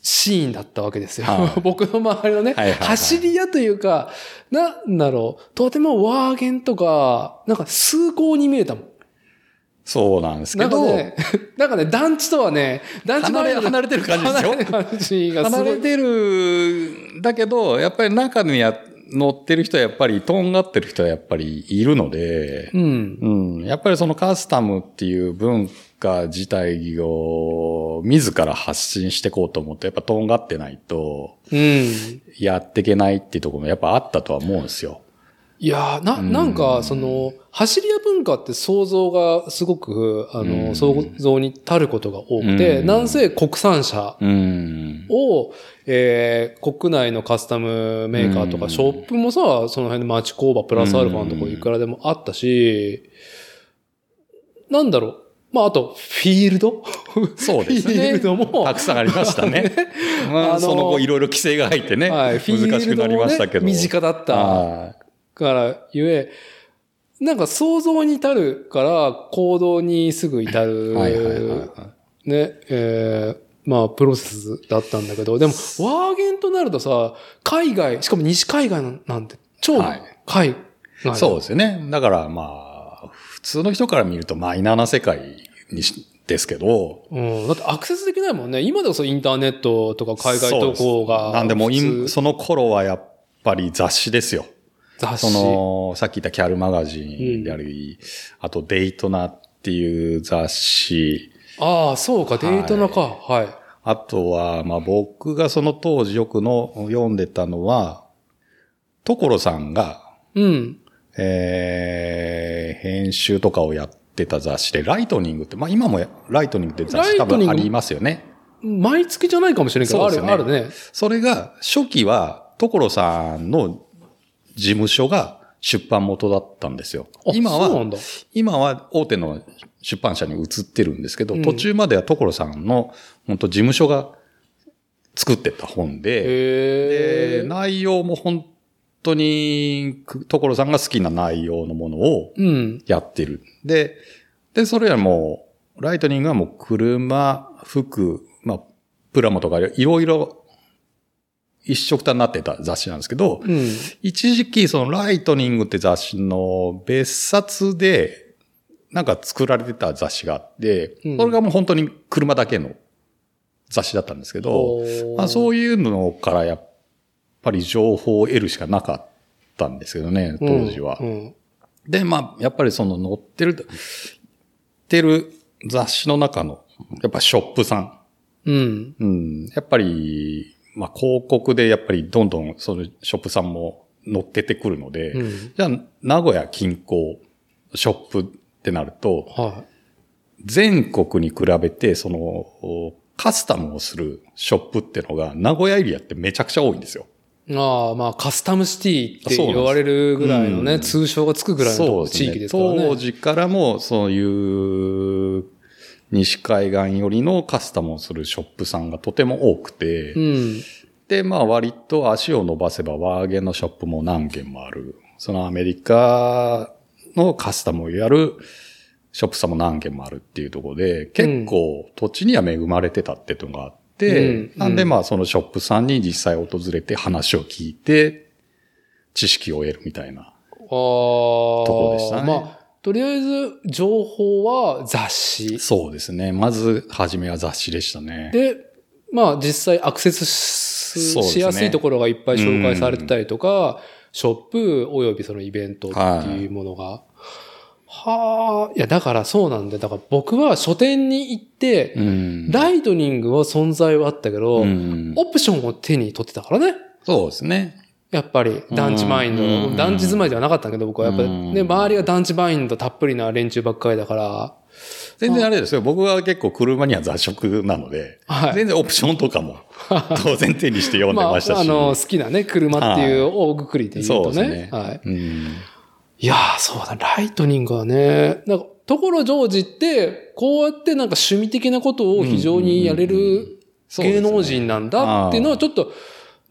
[SPEAKER 1] シーンだったわけですよ。
[SPEAKER 2] は い
[SPEAKER 1] 僕の周りのね、
[SPEAKER 2] はいはいはい
[SPEAKER 1] 走り屋というか、なんだろう、とてもワーゲンとか、なんか崇高に見えたもん。
[SPEAKER 2] そうなんですけ
[SPEAKER 1] なんか
[SPEAKER 2] ど、
[SPEAKER 1] ね、 なんかね、団地とはね、団地
[SPEAKER 2] 離れ
[SPEAKER 1] 周りの
[SPEAKER 2] 離れてる感じですよ
[SPEAKER 1] 離れ。てる感じがす
[SPEAKER 2] 離
[SPEAKER 1] ご
[SPEAKER 2] れ
[SPEAKER 1] い。
[SPEAKER 2] てる、だけど、やっぱり中にや乗ってる人はやっぱり、とんがってる人はやっぱりいるので、
[SPEAKER 1] うん。
[SPEAKER 2] うん、やっぱりそのカスタムっていう文化自体を自ら発信していこうと思って、やっぱとんがってないと
[SPEAKER 1] うん。
[SPEAKER 2] やっていけないっていうところもやっぱあったとは思うんですよ。
[SPEAKER 1] いやーな、
[SPEAKER 2] うん
[SPEAKER 1] なんか、その、走り屋文化って想像がすごく、あの、
[SPEAKER 2] うん
[SPEAKER 1] 想像に足ることが多くて、
[SPEAKER 2] うん
[SPEAKER 1] なんせ国産車
[SPEAKER 2] うん。
[SPEAKER 1] を、えー国内のカスタムメーカーと
[SPEAKER 2] う
[SPEAKER 1] か、
[SPEAKER 2] ん
[SPEAKER 1] ショップもさ、その辺の町工場プラスアルファのところいくらでもあったし、なんだろう。まあ、あと、フィールド
[SPEAKER 2] そうです ね
[SPEAKER 1] フィールドも、
[SPEAKER 2] たくさんありまし たね。まあ
[SPEAKER 1] あの
[SPEAKER 2] その後いろいろ規制が入 ってね、
[SPEAKER 1] はい、フィールドも、ね、
[SPEAKER 2] 難しくなりましたけど。
[SPEAKER 1] 身近だった。
[SPEAKER 2] はい
[SPEAKER 1] からゆえ、なんか想像に至るから行動にすぐ至る、
[SPEAKER 2] はいはいはいは
[SPEAKER 1] ね、えーまあプロセスだったんだけど、でもワーゲンとなるとさ、海外、しかも西海外なんて超
[SPEAKER 2] はい
[SPEAKER 1] 海外。
[SPEAKER 2] い。そうですよね。だからまあ、普通の人から見るとマイナーな世界にしですけど、
[SPEAKER 1] うん、だってアクセスできないもんね。今でこそインターネットとか海外
[SPEAKER 2] そう
[SPEAKER 1] 渡
[SPEAKER 2] です
[SPEAKER 1] 航が。
[SPEAKER 2] なんでもうイン、
[SPEAKER 1] 普通
[SPEAKER 2] その頃はやっぱり雑誌ですよ。
[SPEAKER 1] 雑誌。
[SPEAKER 2] その、さっき言ったキャルマガジンであり、あとデイトナっていう雑誌、
[SPEAKER 1] ああ、そうか、デートナか。はい。
[SPEAKER 2] あとは、まあ僕がその当時よくの読んでたのは、所さんが、
[SPEAKER 1] うん。
[SPEAKER 2] えー、編集とかをやってた雑誌で、ライトニングって、まあ今もライトニングって雑誌多
[SPEAKER 1] ライトニン
[SPEAKER 2] 分
[SPEAKER 1] グ
[SPEAKER 2] ありますよね。
[SPEAKER 1] 毎月じゃないかもしれんけど、
[SPEAKER 2] そう
[SPEAKER 1] あ
[SPEAKER 2] です
[SPEAKER 1] る、
[SPEAKER 2] よね
[SPEAKER 1] あるね。
[SPEAKER 2] それが、初期は、所さんの事務所が出版元だったんですよ
[SPEAKER 1] あ。
[SPEAKER 2] 今
[SPEAKER 1] そうな
[SPEAKER 2] は
[SPEAKER 1] んだ、
[SPEAKER 2] 今は大手の出版社に移ってるんですけど、
[SPEAKER 1] うん
[SPEAKER 2] 途中までは所さんの、本当事務所が作ってた本で、
[SPEAKER 1] へ
[SPEAKER 2] で
[SPEAKER 1] え。
[SPEAKER 2] 内容も本当に、く所さんが好きな内容のものを
[SPEAKER 1] うん。
[SPEAKER 2] やってる。で、で、それはもう、ライトニングはもう車、服、まあ、プラモとかいろいろ一色たになってた雑誌なんですけど、
[SPEAKER 1] うん。
[SPEAKER 2] 一時期そのライトニングって雑誌の別冊で、なんか作られてた雑誌があって、
[SPEAKER 1] うん
[SPEAKER 2] それがもう本当に車だけの雑誌だったんですけど、まあ、
[SPEAKER 1] う。
[SPEAKER 2] そういうのからやっぱり情報を得るしかなかったんですけどね、当時は。
[SPEAKER 1] うん
[SPEAKER 2] で、まあ、やっぱりその載ってる、載ってる雑誌の中の、やっぱショップさん。
[SPEAKER 1] うん。
[SPEAKER 2] うん。やっぱり、まあ、広告でやっぱりどんどんそのショップさんも載っててくるので、
[SPEAKER 1] うん。
[SPEAKER 2] じゃあ、名古屋近郊、ショップってなると、
[SPEAKER 1] は
[SPEAKER 2] 全国に比べて、その、おカスタムをするショップってのが、名古屋エリアってめちゃくちゃ多いんですよ。
[SPEAKER 1] い。ああ、まあ、カスタムシティって
[SPEAKER 2] そうなんです
[SPEAKER 1] 言われるぐらいの
[SPEAKER 2] う
[SPEAKER 1] ね、
[SPEAKER 2] ん
[SPEAKER 1] 通称がつくぐらい
[SPEAKER 2] そう
[SPEAKER 1] の
[SPEAKER 2] です
[SPEAKER 1] 地
[SPEAKER 2] ね
[SPEAKER 1] 域ですからね。
[SPEAKER 2] 当時からも、そういう、西海岸寄りのカスタムをするショップさんがとても多くて、
[SPEAKER 1] うん。
[SPEAKER 2] で、まあ割と足を伸ばせばワーゲンのショップも何軒もある。そのアメリカのカスタムをやるショップさんも何軒もあるっていうところで、結構土地には恵まれてたっていうのがあって、
[SPEAKER 1] うん
[SPEAKER 2] なんで
[SPEAKER 1] うん
[SPEAKER 2] まあそのショップさんに実際訪れて話を聞いて、知識を得るみたいな。
[SPEAKER 1] ああ。とこ
[SPEAKER 2] こでしたね
[SPEAKER 1] まあ、とりあえず、情報は雑誌。
[SPEAKER 2] そうですね。まず、初めは雑誌でしたね。
[SPEAKER 1] で、まあ、実際アクセスし
[SPEAKER 2] そうですね
[SPEAKER 1] しやすいところがいっぱい紹介されてたりとか、ショップおよびそのイベントっていうものが。はあ、いや、だからそうなんだよ。だから僕は書店に行って、
[SPEAKER 2] うん
[SPEAKER 1] ライトニングは存在はあったけど、
[SPEAKER 2] うん
[SPEAKER 1] オプションを手に取ってたからね。
[SPEAKER 2] そうですね。
[SPEAKER 1] やっぱり、団地マインド。
[SPEAKER 2] うん
[SPEAKER 1] 団地住まいではなかったけど、僕はやっぱり、
[SPEAKER 2] うん
[SPEAKER 1] ね、周りが団地マインドたっぷりな連中ばっかりだから、
[SPEAKER 2] 全然あれですよ。僕は結構車には雑食なので、
[SPEAKER 1] はい
[SPEAKER 2] 全然オプションと かも当然手にして読んで
[SPEAKER 1] まあ、
[SPEAKER 2] ましたし。
[SPEAKER 1] あの、好きなね、車っていう
[SPEAKER 2] は
[SPEAKER 1] 大くくりで言う
[SPEAKER 2] そ
[SPEAKER 1] と
[SPEAKER 2] うです
[SPEAKER 1] ね
[SPEAKER 2] ね。。
[SPEAKER 1] はい。
[SPEAKER 2] うん
[SPEAKER 1] いやー、そうだ、ライトニングはね、なんか、ところジョージって、こうやってなんか趣味的なことを非常にやれ
[SPEAKER 2] うんうんうんう
[SPEAKER 1] る
[SPEAKER 2] そうで
[SPEAKER 1] 芸
[SPEAKER 2] すね
[SPEAKER 1] 能人なんだっていうのは、
[SPEAKER 2] あー
[SPEAKER 1] ちょっと、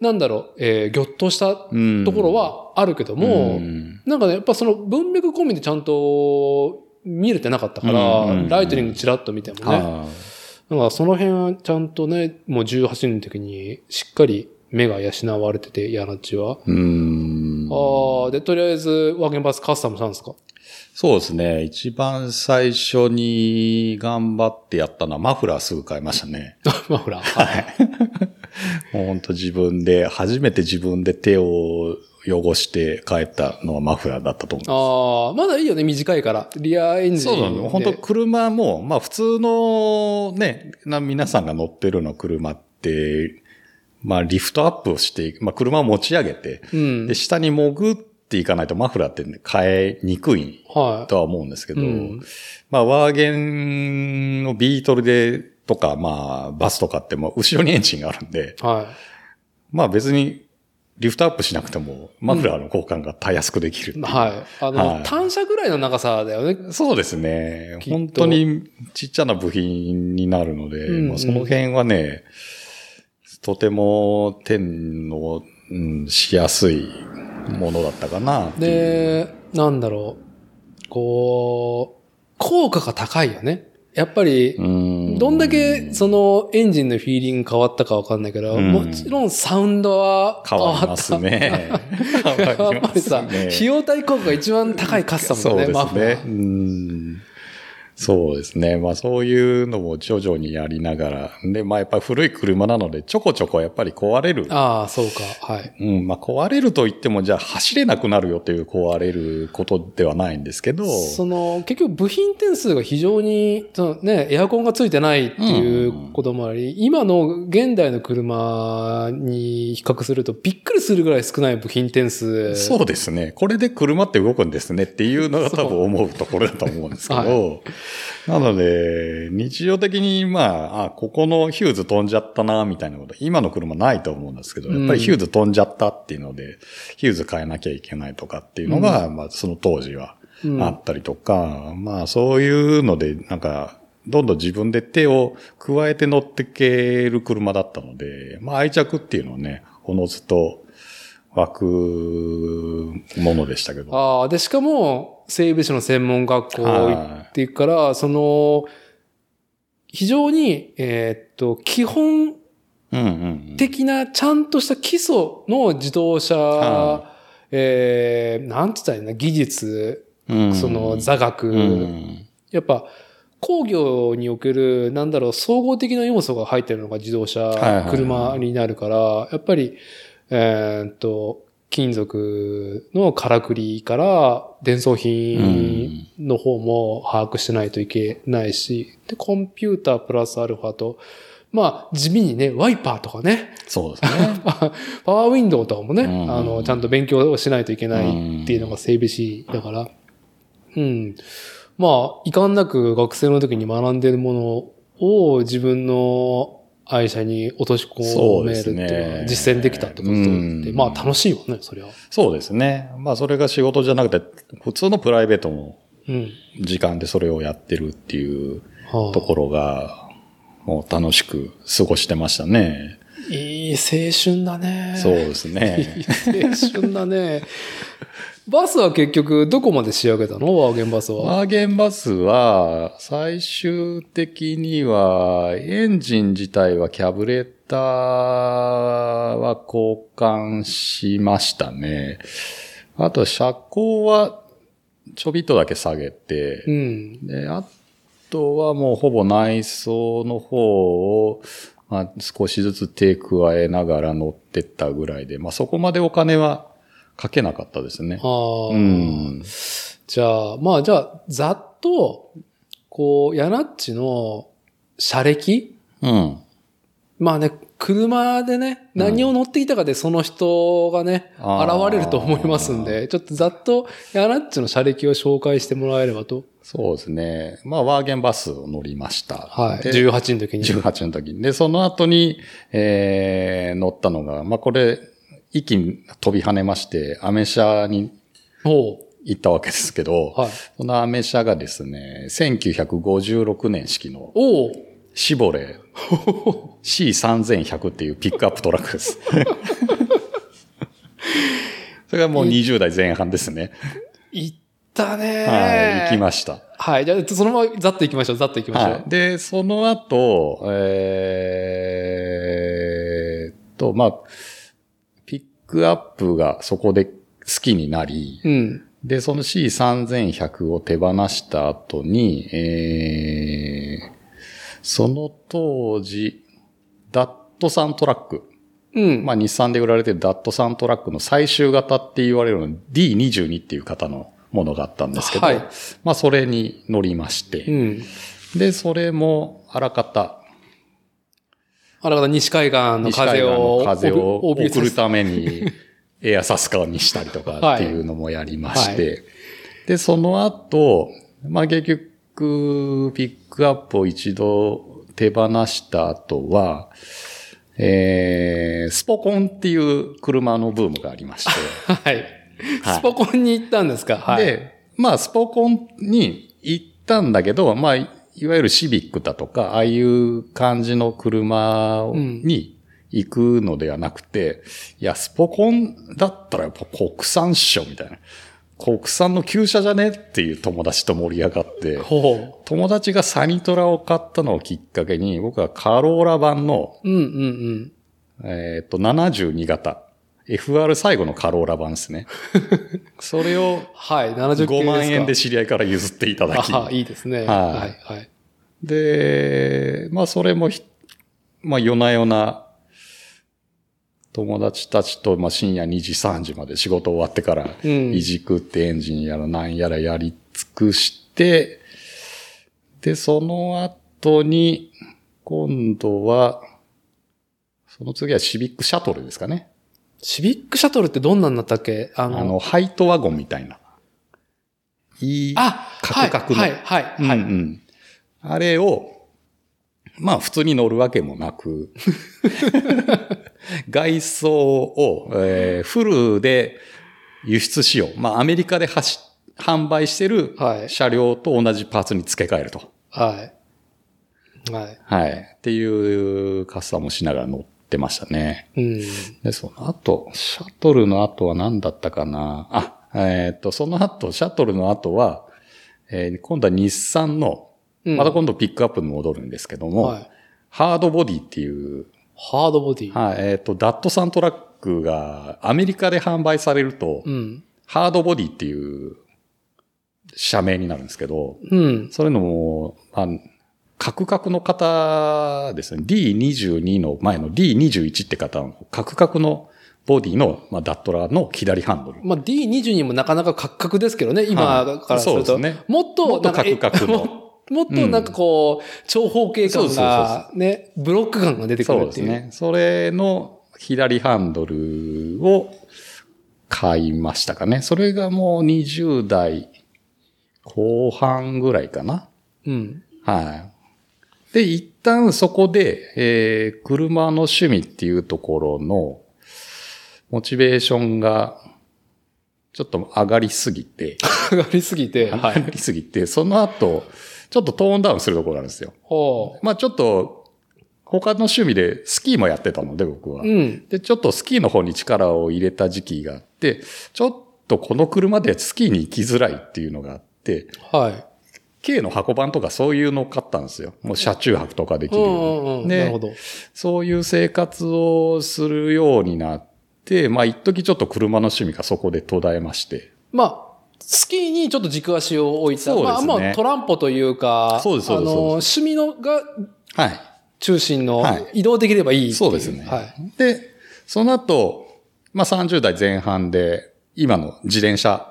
[SPEAKER 1] なんだろう、えー、ぎょっとした
[SPEAKER 2] うん
[SPEAKER 1] ところはあるけども、
[SPEAKER 2] うん
[SPEAKER 1] なんかね、やっぱその文脈込みでちゃんと見れてなかったから、
[SPEAKER 2] うんうんうん
[SPEAKER 1] ライトニングチラッと見てもね、
[SPEAKER 2] ああ
[SPEAKER 1] なんかその辺はちゃんとね、もう18年の時にしっかり目が養われてて、ヤナチは。
[SPEAKER 2] うん
[SPEAKER 1] ああ、で、とりあえず、ワーゲンバスカスタムしたんですか
[SPEAKER 2] そうですね。一番最初に頑張ってやったのはマフラーすぐ買いまし たね。
[SPEAKER 1] マフラー。
[SPEAKER 2] もう本当自分で、初めて自分で手を汚して帰ったのはマフラーだったと思
[SPEAKER 1] あ
[SPEAKER 2] う。
[SPEAKER 1] あ、まだいいよね、短いから。リアエンジン。
[SPEAKER 2] そうなの。本当車も、まあ普通のね、な皆さんが乗ってるの車って、まあリフトアップをしていく、まあ車を持ち上げて、
[SPEAKER 1] うん
[SPEAKER 2] で、。下に潜っていかないとマフラーってね、変えにくい
[SPEAKER 1] は
[SPEAKER 2] とは思うんですけど、
[SPEAKER 1] うん
[SPEAKER 2] まあ、ワーゲンのビートルで、とか、まあ、バスとかってもう後ろにエンジンがあるんで、
[SPEAKER 1] い。は
[SPEAKER 2] まあ別にリフトアップしなくてもマフラーの交換がたやすくできるって
[SPEAKER 1] い。
[SPEAKER 2] いう
[SPEAKER 1] はい。あの、
[SPEAKER 2] はい
[SPEAKER 1] 単車ぐらいの長さだよね。
[SPEAKER 2] そうですね。
[SPEAKER 1] きっと
[SPEAKER 2] 本当にちっちゃな部品になるので、
[SPEAKER 1] うんうん
[SPEAKER 2] まあ、その辺はね、とても点の、うん、しやすいものだったかなっていう。
[SPEAKER 1] で、なんだろう。こう、効果が高いよね。やっぱり、
[SPEAKER 2] うん
[SPEAKER 1] どんだけそのエンジンのフィーリング変わったかわかんないけど、
[SPEAKER 2] うん
[SPEAKER 1] もちろんサウンドは変
[SPEAKER 2] 変
[SPEAKER 1] わ
[SPEAKER 2] わ
[SPEAKER 1] った。
[SPEAKER 2] りますね。変
[SPEAKER 1] やっぱりさ、費
[SPEAKER 2] 用
[SPEAKER 1] 用対効果が一番高いカスタムだ
[SPEAKER 2] そう
[SPEAKER 1] ね、
[SPEAKER 2] で
[SPEAKER 1] マ
[SPEAKER 2] す
[SPEAKER 1] フラ
[SPEAKER 2] ね。う
[SPEAKER 1] ー。
[SPEAKER 2] んそうですね。まあそういうのも徐々にやりながら。で、まあやっぱり古い車なので、ちょこちょこやっぱり壊れる
[SPEAKER 1] ああ、そうか。はい。
[SPEAKER 2] うん、まあ壊れると言っても、じゃあ走れなくなるよっていう壊れることではないんですけど、
[SPEAKER 1] その、結局部品点数が非常に、そのね、エアコンがついてないっていうこともあり、今の現代の車に比較するとびっくりするぐらい少ない部品点数。
[SPEAKER 2] そうですね。これで車って動くんですねっていうのが多分思うところだと思うんですけど、なので、日常的にまあ、あ、ここのヒューズ飛んじゃったな、みたいなこと、今の車ないと思うんですけど、やっぱりヒューズ飛んじゃったっていうので、ヒューズ変えなきゃいけないとかっていうのが、まあその当時は
[SPEAKER 1] うん
[SPEAKER 2] あったりとか、まあそういうので、なんか、どんどん自分で手を加えて乗ってける車だったので、まあ愛着っていうのはね、おのずと湧くものでしたけど。
[SPEAKER 1] ああ、で、しかも、整備士の専門学校行っていくから、その、非常に、えーっと、基本
[SPEAKER 2] うんうんうん。
[SPEAKER 1] 的な、ちゃんとした基礎の自動車
[SPEAKER 2] は、
[SPEAKER 1] えー、なんつったらいいの技術、
[SPEAKER 2] うん
[SPEAKER 1] その座学、
[SPEAKER 2] うん
[SPEAKER 1] やっぱ、工業における、なんだろう、総合的な要素が入ってるのが自動車、
[SPEAKER 2] いはいはい
[SPEAKER 1] 車になるから、やっぱり、えーっと、金属のからくりから、伝送品の方も把握してないといけないし、で、コンピュータープラスアルファと、まあ、地味にね、ワイパーとかね、
[SPEAKER 2] そうで すね。
[SPEAKER 1] パワーウィンドウとかもね、
[SPEAKER 2] うん
[SPEAKER 1] あの、ちゃんと勉強をしないといけないっていうのが整備士だから、うん。まあ、いかんなく学生の時に学んでるものを自分の愛車に落とし込めるっていう
[SPEAKER 2] そう
[SPEAKER 1] の
[SPEAKER 2] です
[SPEAKER 1] は
[SPEAKER 2] ね
[SPEAKER 1] 実践できたってことで、
[SPEAKER 2] うん
[SPEAKER 1] まあ楽しいわね、そりゃ。
[SPEAKER 2] そうですね。まあそれが仕事じゃなくて、普通のプライベートの
[SPEAKER 1] うん。
[SPEAKER 2] 時間でそれをやってるっていう
[SPEAKER 1] は
[SPEAKER 2] ところが、もう楽しく過ごしてましたね。
[SPEAKER 1] あ、いい青春だね。
[SPEAKER 2] そうです
[SPEAKER 1] い
[SPEAKER 2] ね。
[SPEAKER 1] い青春だね。バスは結局どこまで仕上げたのワーゲンバスは。
[SPEAKER 2] ワーゲンバスは、最終的には、エンジン自体はキャブレターは交換しましたね。あと、車高はちょびっとだけ下げて
[SPEAKER 1] う、ん。
[SPEAKER 2] で、あとはもうほぼ内装の方を、まあ、少しずつ手加えながら乗ってったぐらいで、まあそこまでお金はかけなかったですね
[SPEAKER 1] あ。あ。
[SPEAKER 2] うん。
[SPEAKER 1] じゃあ、まあじゃあ、ざっと、こう、ヤナッチの車歴
[SPEAKER 2] うん。
[SPEAKER 1] まあね、車でね、
[SPEAKER 2] うん
[SPEAKER 1] 何を乗ってきたかでその人がね、
[SPEAKER 2] あー
[SPEAKER 1] 現れると思いますんで、ちょっとざっとヤナッチの車歴を紹介してもらえればと。
[SPEAKER 2] そうですね。まあ、ワーゲンバスを乗りました。
[SPEAKER 1] はい。
[SPEAKER 2] で
[SPEAKER 1] 18の時に。
[SPEAKER 2] 18の時に。で、その後に、えー、乗ったのが、まあ、これ、一気に飛び跳ねまして、アメ車に
[SPEAKER 1] おう
[SPEAKER 2] 行ったわけですけど、
[SPEAKER 1] はい。
[SPEAKER 2] そのアメ車がですね、1956年式の
[SPEAKER 1] おう
[SPEAKER 2] シボレー C3100 っていうピックアップトラックです。それがもう20代前半ですね。
[SPEAKER 1] 行ったね
[SPEAKER 2] はい、行き
[SPEAKER 1] し
[SPEAKER 2] ました。
[SPEAKER 1] た。はい。じゃあ、そのままざっと行きましょう。ざっと行きましょう。
[SPEAKER 2] はい。で、その後、えーっと、まあ、ピックアップがそこで好きになり、
[SPEAKER 1] うん。
[SPEAKER 2] で、その C3100 を手放した後に、えー、その当時、ダットサントラック。
[SPEAKER 1] うん。
[SPEAKER 2] まあ、日産で売られてるダットサントラックの最終型って言われるの D22 っていう型のものがあったんですけど、
[SPEAKER 1] はい
[SPEAKER 2] まあ、それに乗りまして、
[SPEAKER 1] うん。
[SPEAKER 2] で、それも、あらかた、
[SPEAKER 1] あらかた西海岸の
[SPEAKER 2] 西海
[SPEAKER 1] 風
[SPEAKER 2] 岸
[SPEAKER 1] を
[SPEAKER 2] の、風を
[SPEAKER 1] おびおびえ
[SPEAKER 2] 送るために、エアサスカーにしたりとかっていうのもやりまして、で、その後、まあ結局、ピックアップを一度手放した後は、えー、スポコンっていう車のブームがありまして、
[SPEAKER 1] はい。
[SPEAKER 2] はい
[SPEAKER 1] スポコンに行ったんですかはい。
[SPEAKER 2] で、まあ、スポコンに行ったんだけど、まあ、いわゆるシビックだとか、ああいう感じの車を
[SPEAKER 1] うん
[SPEAKER 2] に行くのではなくて、いや、スポコンだったらやっぱ国産っしょ、みたいな。国産の旧車じゃねっていう友達と盛り上がって、
[SPEAKER 1] ほ
[SPEAKER 2] 友達がサニトラを買ったのをきっかけに、僕はカローラ版の、
[SPEAKER 1] う。うんうん
[SPEAKER 2] えーっと、72型。FR 最後のカローラ版で すね。それを
[SPEAKER 1] うん。はい。70系ですか。
[SPEAKER 2] 5万円で知り合いから譲っていただき。
[SPEAKER 1] あいいですね。は。
[SPEAKER 2] はい
[SPEAKER 1] はい。
[SPEAKER 2] で、まあそれもひ、まあ夜な夜な、友達たちと、まあ、深夜2時3時まで仕事終わってから、
[SPEAKER 1] うん
[SPEAKER 2] いじくってエンジンやらなんやらやり尽くして、で、その後に、今度は、その次はシビックシャトルですかね。
[SPEAKER 1] シビックシャトルってどんなんだったっけあの、
[SPEAKER 2] あの、ハイトワゴンみたいな。いい、
[SPEAKER 1] あ
[SPEAKER 2] カクカクの
[SPEAKER 1] はい、はい、はい。
[SPEAKER 2] はい。うん。あれを、まあ普通に乗るわけも なく、外装を、えーフルで輸出しよう。まあアメリカで走販売してる
[SPEAKER 1] はい
[SPEAKER 2] 車両と同じパーツに付け替えると。
[SPEAKER 1] はい。はい。
[SPEAKER 2] はい。っていうカスタムをしながら乗ってましたね。
[SPEAKER 1] うん。
[SPEAKER 2] で、その後、シャトルの後は何だったかなあ、えーっと、その後、シャトルの後は、えー今度は日産の、
[SPEAKER 1] うん
[SPEAKER 2] また今度ピックアップに戻るんですけども、
[SPEAKER 1] はい
[SPEAKER 2] ハードボディっていう、
[SPEAKER 1] ハードボディ。
[SPEAKER 2] はい、えーっと、ダットサントラックがアメリカで販売されると、
[SPEAKER 1] うん。
[SPEAKER 2] ハードボディっていう社名になるんですけど、
[SPEAKER 1] うん。
[SPEAKER 2] それのもう、あの、カクカクの方ですね。D22 の前の D21 って方の、カクカクのボディの、まあ、ダットラの左ハンドル。
[SPEAKER 1] まあ、D22 もなかなかカクカクですけどね、今からすると。
[SPEAKER 2] そうですね
[SPEAKER 1] もっと、
[SPEAKER 2] もっとカクカクの
[SPEAKER 1] なんかえもっとなんかこう、長方形感が、ね、ブロック感が出てく
[SPEAKER 2] そう
[SPEAKER 1] る
[SPEAKER 2] で
[SPEAKER 1] って
[SPEAKER 2] す
[SPEAKER 1] いう。
[SPEAKER 2] ね。それの左ハンドルを買いましたかね。それがもう20代後半ぐらいかな。
[SPEAKER 1] うん。
[SPEAKER 2] はい。で、一旦そこで、えー、車の趣味っていうところの、モチベーションが、ちょっと上がりす ぎて、
[SPEAKER 1] 上がりすぎ て、
[SPEAKER 2] 上
[SPEAKER 1] は
[SPEAKER 2] が
[SPEAKER 1] い。
[SPEAKER 2] りすぎて、その後、ちょっとトーンダウンするところなんですよ。
[SPEAKER 1] ほ
[SPEAKER 2] まあちょっと、他の趣味でスキーもやってたので、僕は
[SPEAKER 1] う。。うん。
[SPEAKER 2] で、ちょっとスキーの方に力を入れた時期があって、ちょっとこの車でスキーに行きづらいっていうのがあって、
[SPEAKER 1] はい。
[SPEAKER 2] K の箱版とかそういうのを買ったんですよ。もう車中泊とかでき
[SPEAKER 1] う
[SPEAKER 2] るよ
[SPEAKER 1] んうん
[SPEAKER 2] う
[SPEAKER 1] う
[SPEAKER 2] に。
[SPEAKER 1] ん。
[SPEAKER 2] で
[SPEAKER 1] なるほど。
[SPEAKER 2] そういう生活をするようになって、まあ一時ちょっと車の趣味がそこで途絶えまして。
[SPEAKER 1] まあ、スキーにちょっと軸足を置いた、
[SPEAKER 2] そうです
[SPEAKER 1] まあ
[SPEAKER 2] ね
[SPEAKER 1] まあトランポというか、
[SPEAKER 2] そうですそうで
[SPEAKER 1] あ
[SPEAKER 2] す
[SPEAKER 1] の
[SPEAKER 2] そう
[SPEAKER 1] 趣味のが
[SPEAKER 2] はい。
[SPEAKER 1] 中心の
[SPEAKER 2] はい
[SPEAKER 1] 移動できればいいってい
[SPEAKER 2] そうですね。
[SPEAKER 1] はい。
[SPEAKER 2] で、その後、まあ30代前半で今の自転車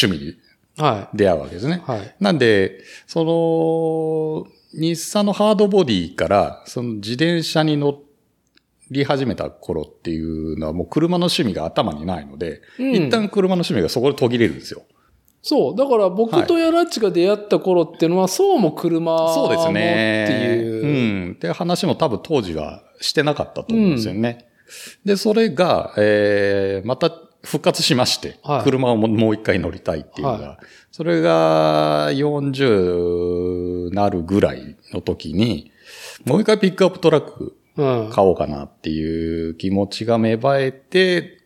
[SPEAKER 2] 趣味に
[SPEAKER 1] は
[SPEAKER 2] 出会うわけですね
[SPEAKER 1] い。。はい。
[SPEAKER 2] なんで、その、日産のハードボディから、その自転車に乗り始めた頃っていうのはもう車の趣味が頭にないので、
[SPEAKER 1] うん
[SPEAKER 2] 一旦車の趣味がそこで途切れるんですよ。
[SPEAKER 1] そう。だから僕とヤラッチが出会った頃っていうのは、そうも車
[SPEAKER 2] そ
[SPEAKER 1] も
[SPEAKER 2] う
[SPEAKER 1] って
[SPEAKER 2] ですね。
[SPEAKER 1] いう。
[SPEAKER 2] うん。って話も多分当時はしてなかったと思うんですよね。で、それが、えー、また復活しまして、
[SPEAKER 1] はい
[SPEAKER 2] 車をももう一回乗りたいっていうのが、
[SPEAKER 1] は
[SPEAKER 2] それが40なるぐらいの時に、もう一回ピックアップトラック
[SPEAKER 1] うん。
[SPEAKER 2] 買おうかなっていう気持ちが芽生えて、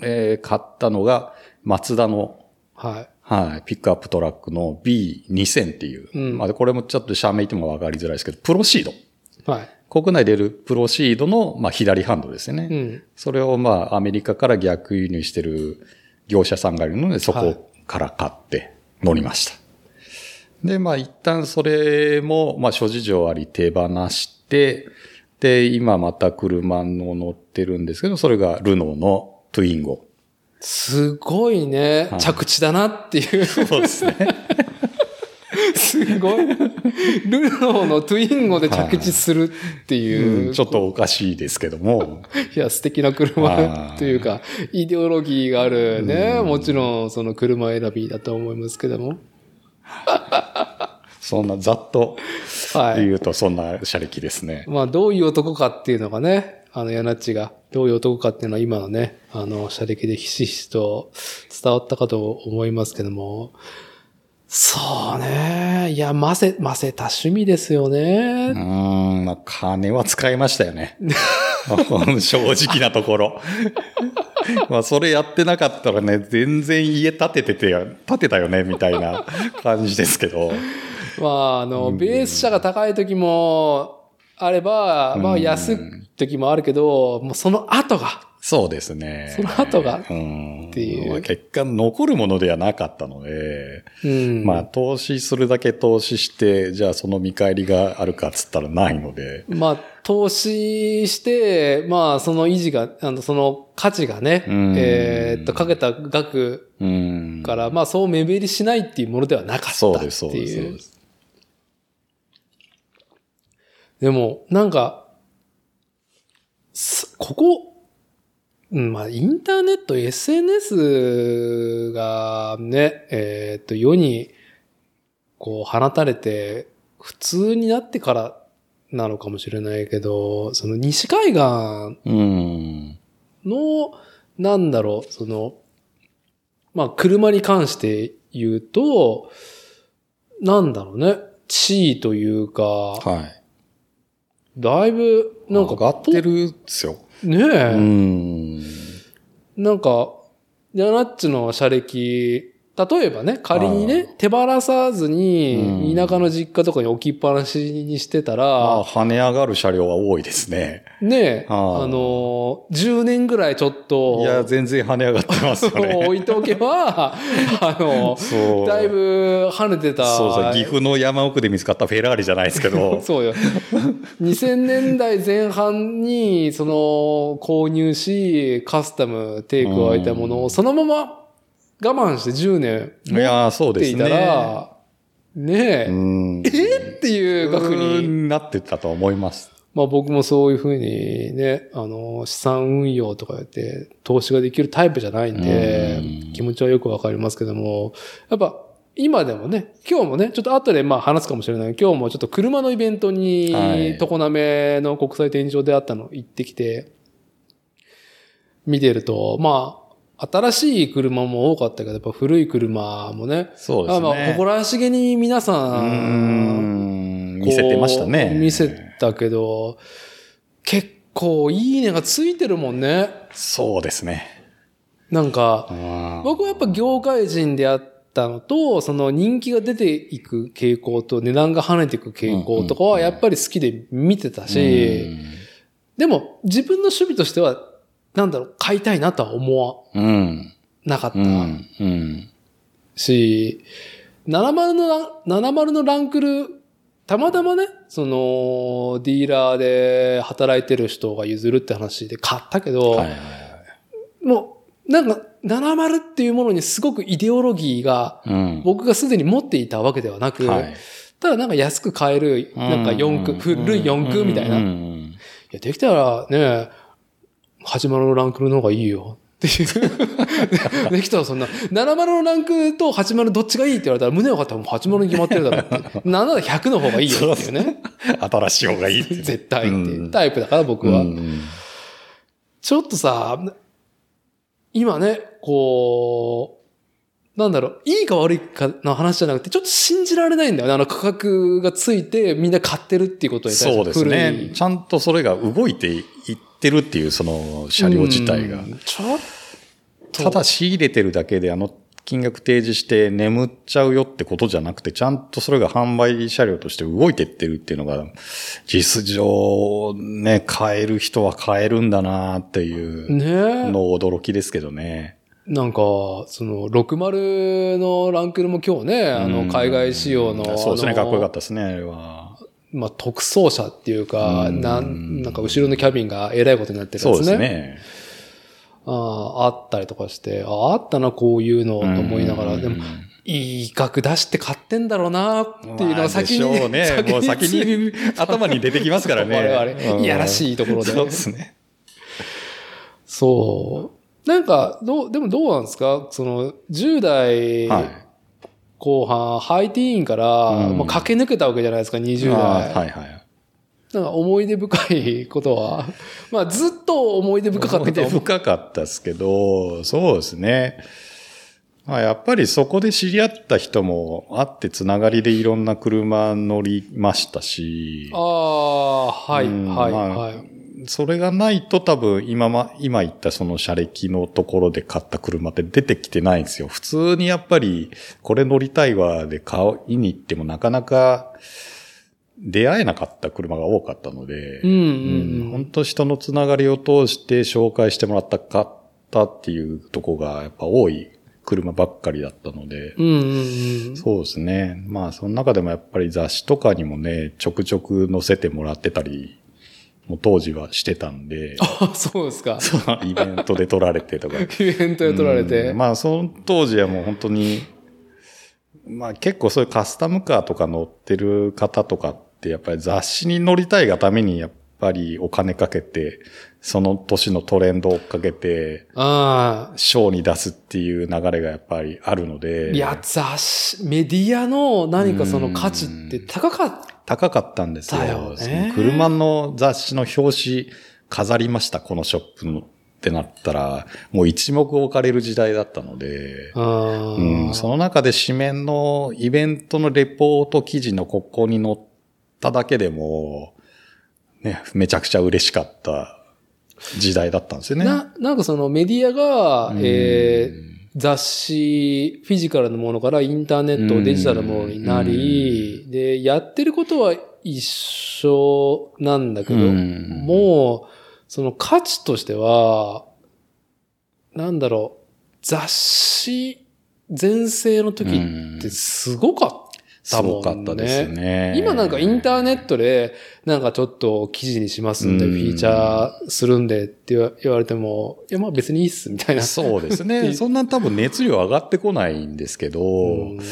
[SPEAKER 2] えー、買ったのが、マツダの
[SPEAKER 1] はい。
[SPEAKER 2] はい。ピックアップトラックの B2000 っていう。
[SPEAKER 1] うん
[SPEAKER 2] まあ、これもちょっと社名言ってもわかりづらいですけど、プロシード。
[SPEAKER 1] はい。
[SPEAKER 2] 国内で出るプロシードの、まあ、左ハンドルですよね。
[SPEAKER 1] うん。
[SPEAKER 2] それをまあ、アメリカから逆輸入してる業者さんがいるので、そ
[SPEAKER 1] はい
[SPEAKER 2] こから買って乗りました。で、まあ、一旦それも、まあ、諸事情あり手放して、で、今また車の乗ってるんですけど、それがルノーのトゥインゴ。
[SPEAKER 1] すごいね、
[SPEAKER 2] はい
[SPEAKER 1] 着地だなっていう。
[SPEAKER 2] そうですね。
[SPEAKER 1] すごい。ルノーのトゥインゴで着地するっていう。
[SPEAKER 2] うんちょっとおかしいですけども。
[SPEAKER 1] いや、素敵な車
[SPEAKER 2] はい
[SPEAKER 1] というか、イデオロギーがあるね。もちろん、その車選びだと思いますけども。
[SPEAKER 2] そんなざっと
[SPEAKER 1] はい。
[SPEAKER 2] 言うとそんな車歴ですね。
[SPEAKER 1] まあ、どういう男かっていうのがね、あの、ヤナッチが、どういう男かっていうのは今のね、あの、車歴でひしひしと伝わったかと思いますけども、そうね。いや、ませ、ませた趣味ですよね。
[SPEAKER 2] うーん、まあ、金は使いましたよね。 正直なところ。 まあ、それやってなかったらね、全然家建てててよ、建てたよね、みたいな感じですけど。
[SPEAKER 1] まあ、あの、ベース車が高い時もあれば、まあ、
[SPEAKER 2] うん
[SPEAKER 1] 安い時もあるけど、もうその後が、
[SPEAKER 2] そうですね。
[SPEAKER 1] その後が
[SPEAKER 2] うん
[SPEAKER 1] っていう
[SPEAKER 2] まあ結果、残るものではなかったので、
[SPEAKER 1] うん。
[SPEAKER 2] まあ、投資するだけ投資して、じゃあその見返りがあるかっつったらないので。
[SPEAKER 1] まあ、投資して、まあ、その維持が、あの、その価値がね、
[SPEAKER 2] うん
[SPEAKER 1] えーっと、かけた額
[SPEAKER 2] うん。
[SPEAKER 1] から、まあ、そう目減りしないっていうものではなかったっていう。
[SPEAKER 2] そうです、そうです。そうです
[SPEAKER 1] でも、なんか、すここ、うんまあ、インターネット、SNS がね、えーっと、世に、こう、放たれて、普通になってからなのかもしれないけど、その西海岸
[SPEAKER 2] うん。
[SPEAKER 1] の、なんだろう、その、まあ、車に関して言うと、なんだろうね、地位というか、
[SPEAKER 2] はい。
[SPEAKER 1] だいぶ、なんか、
[SPEAKER 2] 上がってるっすよ。
[SPEAKER 1] ね
[SPEAKER 2] う
[SPEAKER 1] え、
[SPEAKER 2] ん。
[SPEAKER 1] なんか、ヤナッチの車歴、例えばね、仮にね、手放さずに、
[SPEAKER 2] うん
[SPEAKER 1] 田舎の実家とかに置きっぱなしにしてた
[SPEAKER 2] まあ、
[SPEAKER 1] ら、
[SPEAKER 2] 跳ね上がる車両は多いですね。
[SPEAKER 1] ねえ、あ
[SPEAKER 2] あー
[SPEAKER 1] のー、10年ぐらいちょっと、
[SPEAKER 2] いや、全然跳ね上がってますよ ね。
[SPEAKER 1] 置いておけ ば、あの、
[SPEAKER 2] そう。
[SPEAKER 1] だいぶ跳ねてた。
[SPEAKER 2] そうそう、岐阜の山奥で見つかったフェラーリじゃないです けど。
[SPEAKER 1] そうよ。2000年代前半に、その、購入し、カスタムテイクを開いたものを、そのまま我慢して10年
[SPEAKER 2] いや、そう
[SPEAKER 1] 持っ
[SPEAKER 2] で
[SPEAKER 1] て
[SPEAKER 2] す
[SPEAKER 1] いた
[SPEAKER 2] ね。
[SPEAKER 1] ら、ねえ、
[SPEAKER 2] うん。
[SPEAKER 1] えっていう額に、
[SPEAKER 2] なってたと思います。
[SPEAKER 1] まあ僕もそういうふうにね、あの、資産運用とか言って、投資ができるタイプじゃないんで
[SPEAKER 2] う、ん
[SPEAKER 1] 気持ちはよくわかりますけども、やっぱ、今でもね、今日もね、ちょっと後でまあ話すかもしれないけど今日もちょっと車のイベントに、
[SPEAKER 2] はい
[SPEAKER 1] 常滑の国際展示場であったの行ってきて、見てると、まあ、新しい車も多かったけど、やっぱ古い車もね、
[SPEAKER 2] そうで
[SPEAKER 1] あ
[SPEAKER 2] す
[SPEAKER 1] まあ、
[SPEAKER 2] ね。
[SPEAKER 1] 誇らしげに皆
[SPEAKER 2] う
[SPEAKER 1] さ
[SPEAKER 2] ー
[SPEAKER 1] ん、
[SPEAKER 2] ん見せてましたね
[SPEAKER 1] こ。う見せたけど、結構いいねがついてるもんね。
[SPEAKER 2] そうですね。
[SPEAKER 1] なんか、
[SPEAKER 2] 僕
[SPEAKER 1] 僕はやっぱ業界人であったのと、その人気が出ていく傾向と値段が跳ねていく傾向とか
[SPEAKER 2] うんう
[SPEAKER 1] は
[SPEAKER 2] ん
[SPEAKER 1] やっぱり好きで見てたし、でも自分の趣味としては、なんだろう、買いたいなとは思わ
[SPEAKER 2] うん。
[SPEAKER 1] なかっ
[SPEAKER 2] う
[SPEAKER 1] た
[SPEAKER 2] ん。うん。
[SPEAKER 1] し、70のラン、70のランクル、たまたまね、その、ディーラーで働いてる人が譲るって話で買ったけど、
[SPEAKER 2] はいはいはい
[SPEAKER 1] もう、なんか、70っていうものにすごくイデオロギーが、
[SPEAKER 2] うん。
[SPEAKER 1] 僕がすでに持っていたわけではなく、
[SPEAKER 2] はい
[SPEAKER 1] ただなんか安く買える、なんか4
[SPEAKER 2] う
[SPEAKER 1] 区、
[SPEAKER 2] ん
[SPEAKER 1] 古い4区みたいな。
[SPEAKER 2] うん
[SPEAKER 1] い
[SPEAKER 2] うん
[SPEAKER 1] や、できたらね、始まるのランクの方がいいよ。 っていう。できたらそんな、70のランクと80どっちがいいって言われたら胸を張ったらもう80に決まってるだろうって。7だ100の方がいいよっていうね。
[SPEAKER 2] 新しい方がいいっていう。
[SPEAKER 1] 絶対っていう
[SPEAKER 2] うん
[SPEAKER 1] タイプだから僕は。
[SPEAKER 2] うん
[SPEAKER 1] ちょっとさ、今ね、こう、なんだろう、いいか悪いかの話じゃなくて、ちょっと信じられないんだよね。あの価格がついてみんな買ってるっていうことに対して。
[SPEAKER 2] そうです
[SPEAKER 1] 古
[SPEAKER 2] ね
[SPEAKER 1] い。
[SPEAKER 2] ちゃんとそれが動いていってるっていう、その車両自体が
[SPEAKER 1] う。んちょっと。
[SPEAKER 2] ただ仕入れてるだけで、あの金額提示して眠っちゃうよってことじゃなくて、ちゃんとそれが販売車両として動いてってるっていうのが、実情ね、買える人は買えるんだなっていう
[SPEAKER 1] ねえ。
[SPEAKER 2] の驚きですけどね。
[SPEAKER 1] なんか、その、60のランクルも今日ね、あ
[SPEAKER 2] う
[SPEAKER 1] の、
[SPEAKER 2] ん
[SPEAKER 1] 海外仕様の、
[SPEAKER 2] そうですね、
[SPEAKER 1] あの
[SPEAKER 2] かっこよかったですね、あれは。
[SPEAKER 1] まあ、特装車っていうか、
[SPEAKER 2] うん
[SPEAKER 1] なん、なんか後ろのキャビンがえらいことになってる
[SPEAKER 2] そ
[SPEAKER 1] や
[SPEAKER 2] う
[SPEAKER 1] つ
[SPEAKER 2] ですね。
[SPEAKER 1] あああったりとかして、あああったな、こういうのと思いながら、
[SPEAKER 2] うん
[SPEAKER 1] でも、いい額出して買ってんだろうなっていうの
[SPEAKER 2] まあ
[SPEAKER 1] が先に、
[SPEAKER 2] でしょうねもう先 に 頭に出てきますからね
[SPEAKER 1] 我々
[SPEAKER 2] うん
[SPEAKER 1] いやらしいところで。
[SPEAKER 2] そうですね。
[SPEAKER 1] そう。なんか、どう、でもどうなんですかその、10代
[SPEAKER 2] はい。
[SPEAKER 1] 後半、ハイティーンから、
[SPEAKER 2] うん
[SPEAKER 1] まあ、駆け抜けたわけじゃないですか、20代。
[SPEAKER 2] あーはいはい。
[SPEAKER 1] なんか思い出深いことは、 まあ、ずっと思い出深かった
[SPEAKER 2] 思い
[SPEAKER 1] とは
[SPEAKER 2] 出
[SPEAKER 1] 思う
[SPEAKER 2] 深かったですけど、そうですね。まあ、やっぱりそこで知り合った人もあってつながりでいろんな車乗りましたし、
[SPEAKER 1] ああ、はい、
[SPEAKER 2] うん
[SPEAKER 1] はい、
[SPEAKER 2] まあ
[SPEAKER 1] はい。
[SPEAKER 2] それがないと多分今ま、今言ったその車歴のところで買った車って出てきてないんですよ。普通にやっぱりこれ乗りたいわで買いに行ってもなかなか出会えなかった車が多かったので、
[SPEAKER 1] うん、う
[SPEAKER 2] うん
[SPEAKER 1] ん、う
[SPEAKER 2] 本
[SPEAKER 1] ん。
[SPEAKER 2] 当人のつながりを通して紹介してもらったかったっていうとこがやっぱ多い車ばっかりだったので、
[SPEAKER 1] うん、うん、うん。
[SPEAKER 2] そうですね。まあその中でもやっぱり雑誌とかにもね、ちょくちょく載せてもらってたり、もう当時はしてたんで、
[SPEAKER 1] あ そうですか。
[SPEAKER 2] イベントで撮られてとか。
[SPEAKER 1] イベントで撮られて。
[SPEAKER 2] うんまあその当時はもう本当に、まあ結構そういうカスタムカーとか乗ってる方とかってやっぱり雑誌に乗りたいがためにやっぱりお金かけて、その年のトレンドを追っかけて、
[SPEAKER 1] ああ。
[SPEAKER 2] ショーに出すっていう流れがやっぱりあるので。
[SPEAKER 1] いや、雑誌、メディアの何かその価値って高かっ
[SPEAKER 2] 高かったんですよ。
[SPEAKER 1] だよね
[SPEAKER 2] その車の雑誌の表紙飾りました、このショップのってなったら、もう一目置かれる時代だったので。
[SPEAKER 1] た。う
[SPEAKER 2] うん、その中で紙面のイベントのレポート記事のここに載っただけでも、ね、めちゃくちゃ嬉しかった時代だったんですよね。
[SPEAKER 1] な、なんかそのメディアが、
[SPEAKER 2] うん
[SPEAKER 1] えー雑誌、フィジカルのものからインターネット、
[SPEAKER 2] うん
[SPEAKER 1] デジタルのものになり、で、やってることは一緒なんだけど、
[SPEAKER 2] うん
[SPEAKER 1] もう、その価値としては、なんだろう、雑誌全盛の時ってすごかった
[SPEAKER 2] すごかったですね。
[SPEAKER 1] 今なんかインターネ
[SPEAKER 2] ッ
[SPEAKER 1] ットで、なんかちょっと記事にしますんで、
[SPEAKER 2] うん
[SPEAKER 1] フィーチャーするんでって言わ言われても、いやまあ別にいいっす、みたいな。
[SPEAKER 2] そうです
[SPEAKER 1] ってい
[SPEAKER 2] ね。
[SPEAKER 1] う
[SPEAKER 2] そんな多分熱量上がってこないんですけど、
[SPEAKER 1] うんで、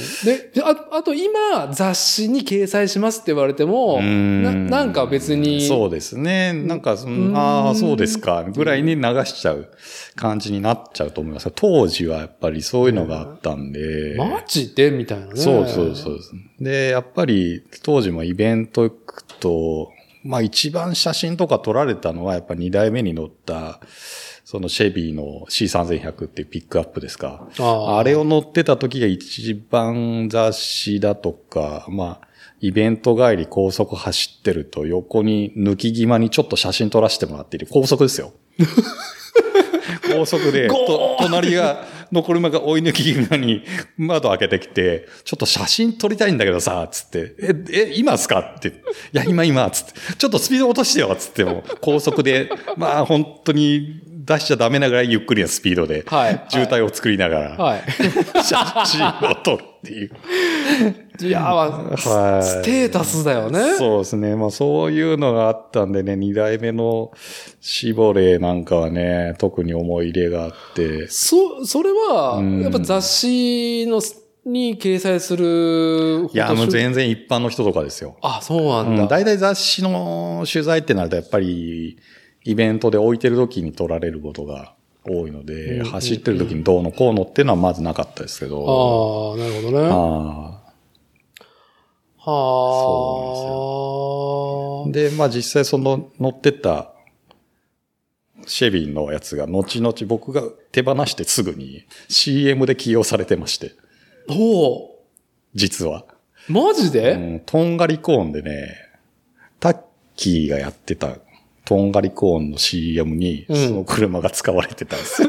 [SPEAKER 1] ああと今、雑誌に掲載しますって言われても、
[SPEAKER 2] うん
[SPEAKER 1] ななんか別に、
[SPEAKER 2] そうですね。なんかその、
[SPEAKER 1] うん
[SPEAKER 2] ああ、そうですか、ぐらいに流しちゃう感じになっちゃうと思います。当時はやっぱりそういうのがあったんで。
[SPEAKER 1] マジでみたいなね。
[SPEAKER 2] そうそうそうです。で、やっぱり当時もイベント行くと、まあ一番写真とか撮られたのはやっぱ2代目に乗った、そのシェビーの C3100 っていうピックアップですか。
[SPEAKER 1] あ
[SPEAKER 2] あれを乗ってた時が一番雑誌だとか、まあ、イベント帰り高速走ってると横に抜き際にちょっと写真撮らせてもらっている。高速で すよ。高速で、と隣が、の車が追い抜き際に窓開けてきて、ちょっと写真撮りたいんだけどさ、つって、え、え、今っすかって、いや、今今、つって、ちょっとスピード落としてよ、つっても、高速で、まあ本当に出しちゃダメなぐらいゆっくりなスピードで、
[SPEAKER 1] はい
[SPEAKER 2] 渋滞を作りながら、
[SPEAKER 1] あ はい。
[SPEAKER 2] 写真を撮るっていう。
[SPEAKER 1] いや、まあ、ス
[SPEAKER 2] はい
[SPEAKER 1] ステータスだよね。
[SPEAKER 2] そうですね。まあそういうのがあったんでね、二代目のシボレーなんかはね、特に思い入れがあって。
[SPEAKER 1] そ、それは
[SPEAKER 2] う、ん
[SPEAKER 1] やっぱ雑誌の、に掲載する、
[SPEAKER 2] いや、もう
[SPEAKER 1] フォトシュ
[SPEAKER 2] 全然一般の人とかですよ。
[SPEAKER 1] あ、そうな
[SPEAKER 2] うんん、
[SPEAKER 1] だ。
[SPEAKER 2] 大体雑誌の取材ってなるとやっぱりイベントで置いてる時に撮られることが多いので、
[SPEAKER 1] うん
[SPEAKER 2] 走ってる時にどうのこうのっていうのはまずなかったですけ
[SPEAKER 1] あ
[SPEAKER 2] ど。
[SPEAKER 1] あ、なるほどね。
[SPEAKER 2] ああ
[SPEAKER 1] はあ。
[SPEAKER 2] そで、まあ実際その乗ってったシェビンのやつが後々僕が手放してすぐに CM で起用されてまして、
[SPEAKER 1] ほ
[SPEAKER 2] 実は。
[SPEAKER 1] う。マジ
[SPEAKER 2] う
[SPEAKER 1] で、
[SPEAKER 2] ん、とんがりコーンでね、タッキーがやってたとんがりコーンの CM に
[SPEAKER 1] うん
[SPEAKER 2] その車が使われてたんですよ。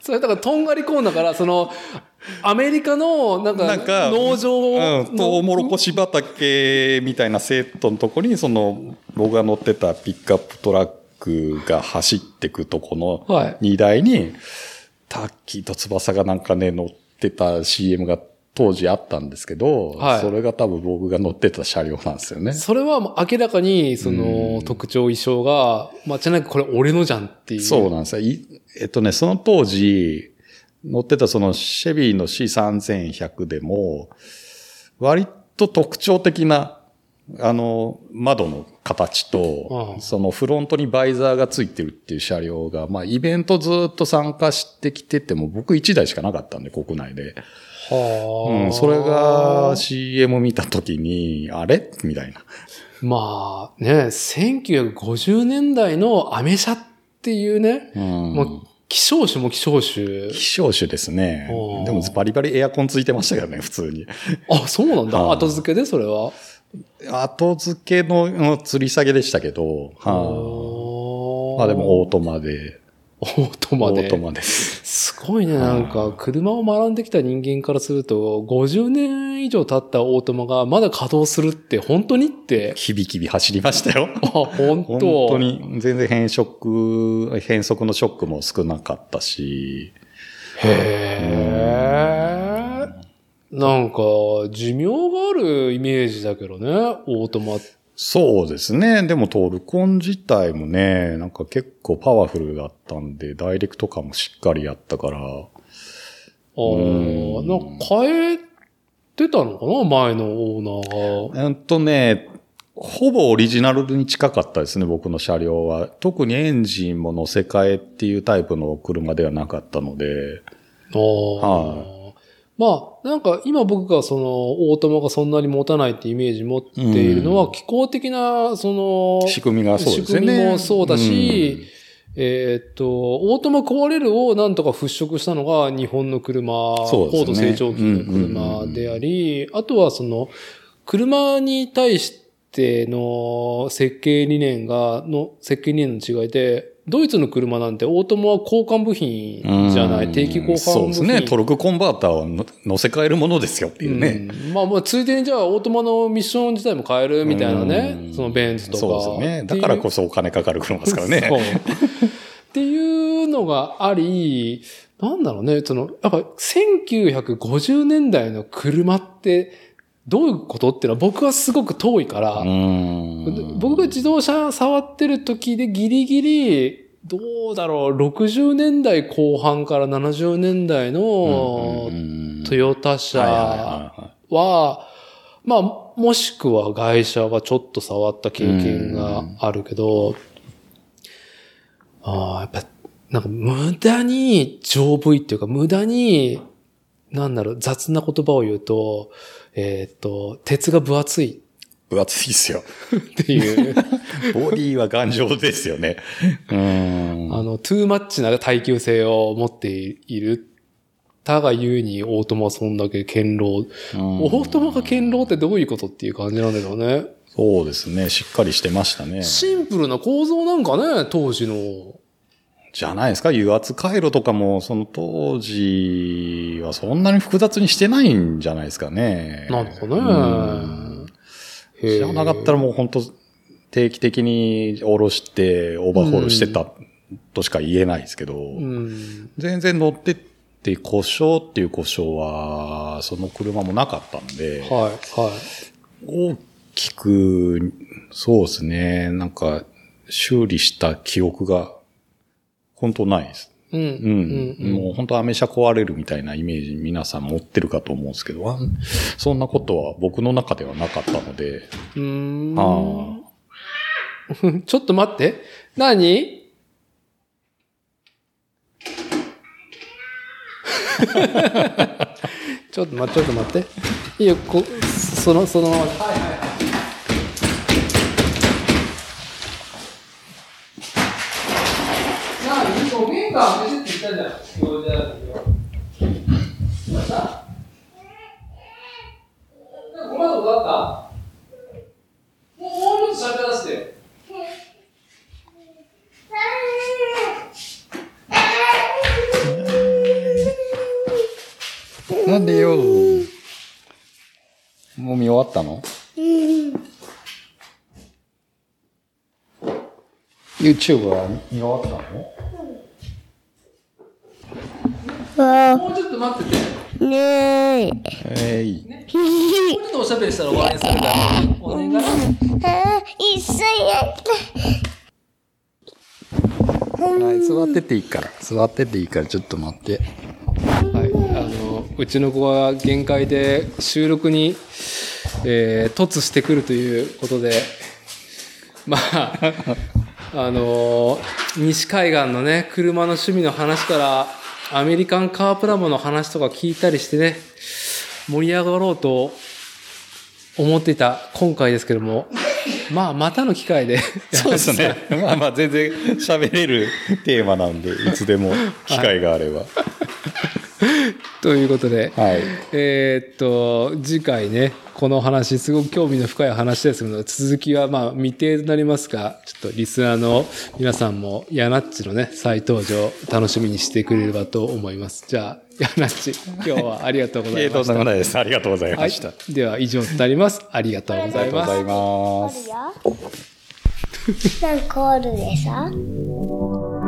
[SPEAKER 1] それだから、とんがりコーンだから、その、アメリカの、なんか、
[SPEAKER 2] なんか
[SPEAKER 1] 農場
[SPEAKER 2] うん、トウモロ
[SPEAKER 1] コ
[SPEAKER 2] コシ畑みたいなセットのとこにその僕が乗ってたピックアップトラックが走ってくとこの、
[SPEAKER 1] はい。
[SPEAKER 2] 荷台に、タッキーと翼がなんかね、乗ってた CM が当時あったんですけど、
[SPEAKER 1] はい
[SPEAKER 2] それが多分僕が乗ってた車両なんですよね。
[SPEAKER 1] それはもう明らかに、その、特徴衣装が、間違いなくこれ俺のじゃんっていう。
[SPEAKER 2] そうなんですよ。いえっとね、その当時、乗ってたそのシェビーの C3100 でも、割と特徴的な、あの、窓の形と
[SPEAKER 1] う、ん
[SPEAKER 2] そのフロントにバイザーがついてるっていう車両が、まあイベントずっと参加してきてても、僕1台しかなかったんで、国内で。
[SPEAKER 1] はあ、
[SPEAKER 2] うん、それが CM 見た時に、あれみたいな。
[SPEAKER 1] まあね、1950年代のアメ車っていうね、
[SPEAKER 2] うん
[SPEAKER 1] もう希少種も希少 種。
[SPEAKER 2] 希少種ですね
[SPEAKER 1] お。ー
[SPEAKER 2] でもバリバリエアコンついてましたけどね、普通に。
[SPEAKER 1] あ、そうなんだ。
[SPEAKER 2] はあ
[SPEAKER 1] 後付けで、それは。
[SPEAKER 2] 後付けのうん吊り下げでしたけど、はあ、まあでもオ
[SPEAKER 1] オ
[SPEAKER 2] ートマで、
[SPEAKER 1] ート
[SPEAKER 2] オ
[SPEAKER 1] マで。
[SPEAKER 2] ートマです。
[SPEAKER 1] すごいね、なんか、車を学んできた人間からすると、50年以上経ったオートマがまだ稼働するって、本当に って。
[SPEAKER 2] キビキビ走りましたよ。
[SPEAKER 1] あ、本当
[SPEAKER 2] 本当。に、全然変色、変速のショックも少なかったし、
[SPEAKER 1] へえ。なんか、寿命があるイメージだけどね、オートマって。
[SPEAKER 2] そうですね。でもトルコン自体もね、なんか結構パワフルだったんで、ダイレクト感もしっかりやったから、
[SPEAKER 1] あー
[SPEAKER 2] うん
[SPEAKER 1] なんか変えてたのかな前のオーナーが。
[SPEAKER 2] えっとね、ほぼオリジナルに近かったですね、僕の車両は。特にエンジンも乗せ替えっていうタイプの車ではなかったので。
[SPEAKER 1] あーまあ、なんか今僕がその、オートマがそんなに持たないってイメージ持っているの
[SPEAKER 2] う
[SPEAKER 1] は、気候的な、その、
[SPEAKER 2] 仕組みがそうですよ
[SPEAKER 1] 仕
[SPEAKER 2] ね。
[SPEAKER 1] 組みもそうだしえーっと、オートマ壊れるをなんとか払拭したのが日本の車、
[SPEAKER 2] そうですね
[SPEAKER 1] 高度成長期の車であり、あとはその、車に対しての設計理念が、の設計理念の違いで、ドイツの車なんてオートマは交換部品
[SPEAKER 2] うん
[SPEAKER 1] じゃない、定期交換部品。
[SPEAKER 2] そうですね。トルクコンバーターをの乗せ替えるものですよっていうね。
[SPEAKER 1] うんまあまあ、ついでにじゃあオートマのミッション自体も変えるみたいな
[SPEAKER 2] う
[SPEAKER 1] ね
[SPEAKER 2] ん、
[SPEAKER 1] そのベンツとか。
[SPEAKER 2] そうですね。だからこそお金かかる車ですから
[SPEAKER 1] そう
[SPEAKER 2] ね。
[SPEAKER 1] っていうのがあり、なんだろうね、その、やっぱ1950年代の車ってどういうことっていうのは僕はすごく遠いから、
[SPEAKER 2] うん
[SPEAKER 1] 僕が自動車触ってる時でギリギリ、どうだろう、60年代後半から70年代のトヨタ車、
[SPEAKER 2] はいはいはいはい
[SPEAKER 1] は、まあ、もしくは外車はちょっと触った経験があるけど、ああ、やっぱ、なんか無駄に丈夫いっていうか、無駄に、なんだろう、雑な言葉を言うと、えーっ、と、鉄が分厚い
[SPEAKER 2] 分厚いですよ。
[SPEAKER 1] っていう、
[SPEAKER 2] ボディは頑丈ですよね。うん
[SPEAKER 1] あの、トゥーマッチな耐久性を持っている。たがゆえに、オートマはそんだけ堅牢。オートマが堅牢ってどういうことっていう感じなんだけどね。
[SPEAKER 2] そうですね。しっかりしてましたね。
[SPEAKER 1] シンプルな構造なんかね、当時の。
[SPEAKER 2] じゃないですか。油圧回路とかも、その当時はそんなに複雑にしてないんじゃないですかね。
[SPEAKER 1] なるほど
[SPEAKER 2] うん
[SPEAKER 1] ね。へえ
[SPEAKER 2] 知らなかったらもう本当定期的に下ろして、オーバーホールしてたとしか言えないですけど、
[SPEAKER 1] うん。
[SPEAKER 2] 全然乗ってって故障っていう故障は、その車もなかったんで、
[SPEAKER 1] はい、はい。
[SPEAKER 2] 大きく、そうですね、なんか、修理した記憶が、本当ないです。
[SPEAKER 1] うん。
[SPEAKER 2] う
[SPEAKER 1] う
[SPEAKER 2] ん。
[SPEAKER 1] んうん
[SPEAKER 2] もう本当アメ車壊れるみたいなイメージ皆さん持ってるかと思うんですけど、あんそんなことは僕の中ではなかったので、
[SPEAKER 1] うーん
[SPEAKER 2] あ
[SPEAKER 1] ちょっと待って。何 ちょっと待って、ちょっと待って。いいよ、こ、その、そのまま。もうもうちょっと喋らせてよ。
[SPEAKER 2] なんでよもう見終わったの ?YouTube は見終わったの
[SPEAKER 1] もうちょっと待ってて。
[SPEAKER 3] ね
[SPEAKER 2] えい。
[SPEAKER 3] え。
[SPEAKER 1] ちょっとおしゃべりしたら終わりにするから。お願い。
[SPEAKER 3] あ一緒にやった。
[SPEAKER 2] はい、座ってていいから。座ってていいから、ちょっと待って。
[SPEAKER 1] うちの子は限界で収録に、えー突してくるということで、ま あ、あのー西海岸のね、車の趣味の話から、アメリカンカープラモの話とか聞いたりしてね、盛り上がろうと思っていた今回ですけども、まあ、またの機会で。
[SPEAKER 2] そうですね。まあまあ全然喋れるテーマなんで、いつでも機会があれば。
[SPEAKER 1] ということで、
[SPEAKER 2] はい。
[SPEAKER 1] えーっと、次回ね、この話、すごく興味の深い話ですので、続きはまあ未定となりますが、ちょっとリスナーの皆さんも、ヤナッチのね、再登場、楽しみにしてくれればと思います。じゃあ、ヤナッチ、今日はありがとうござ
[SPEAKER 2] え
[SPEAKER 1] い
[SPEAKER 2] ーと
[SPEAKER 1] ま
[SPEAKER 2] んで
[SPEAKER 1] した。
[SPEAKER 2] もないです。ありがとうござい
[SPEAKER 1] は
[SPEAKER 2] ました。
[SPEAKER 1] い。では、以上となります。ありがとうござ
[SPEAKER 2] あ
[SPEAKER 1] い
[SPEAKER 2] りが
[SPEAKER 1] ま
[SPEAKER 2] と
[SPEAKER 1] す
[SPEAKER 2] う。ございます。
[SPEAKER 3] あるよ。なんかあるでしょ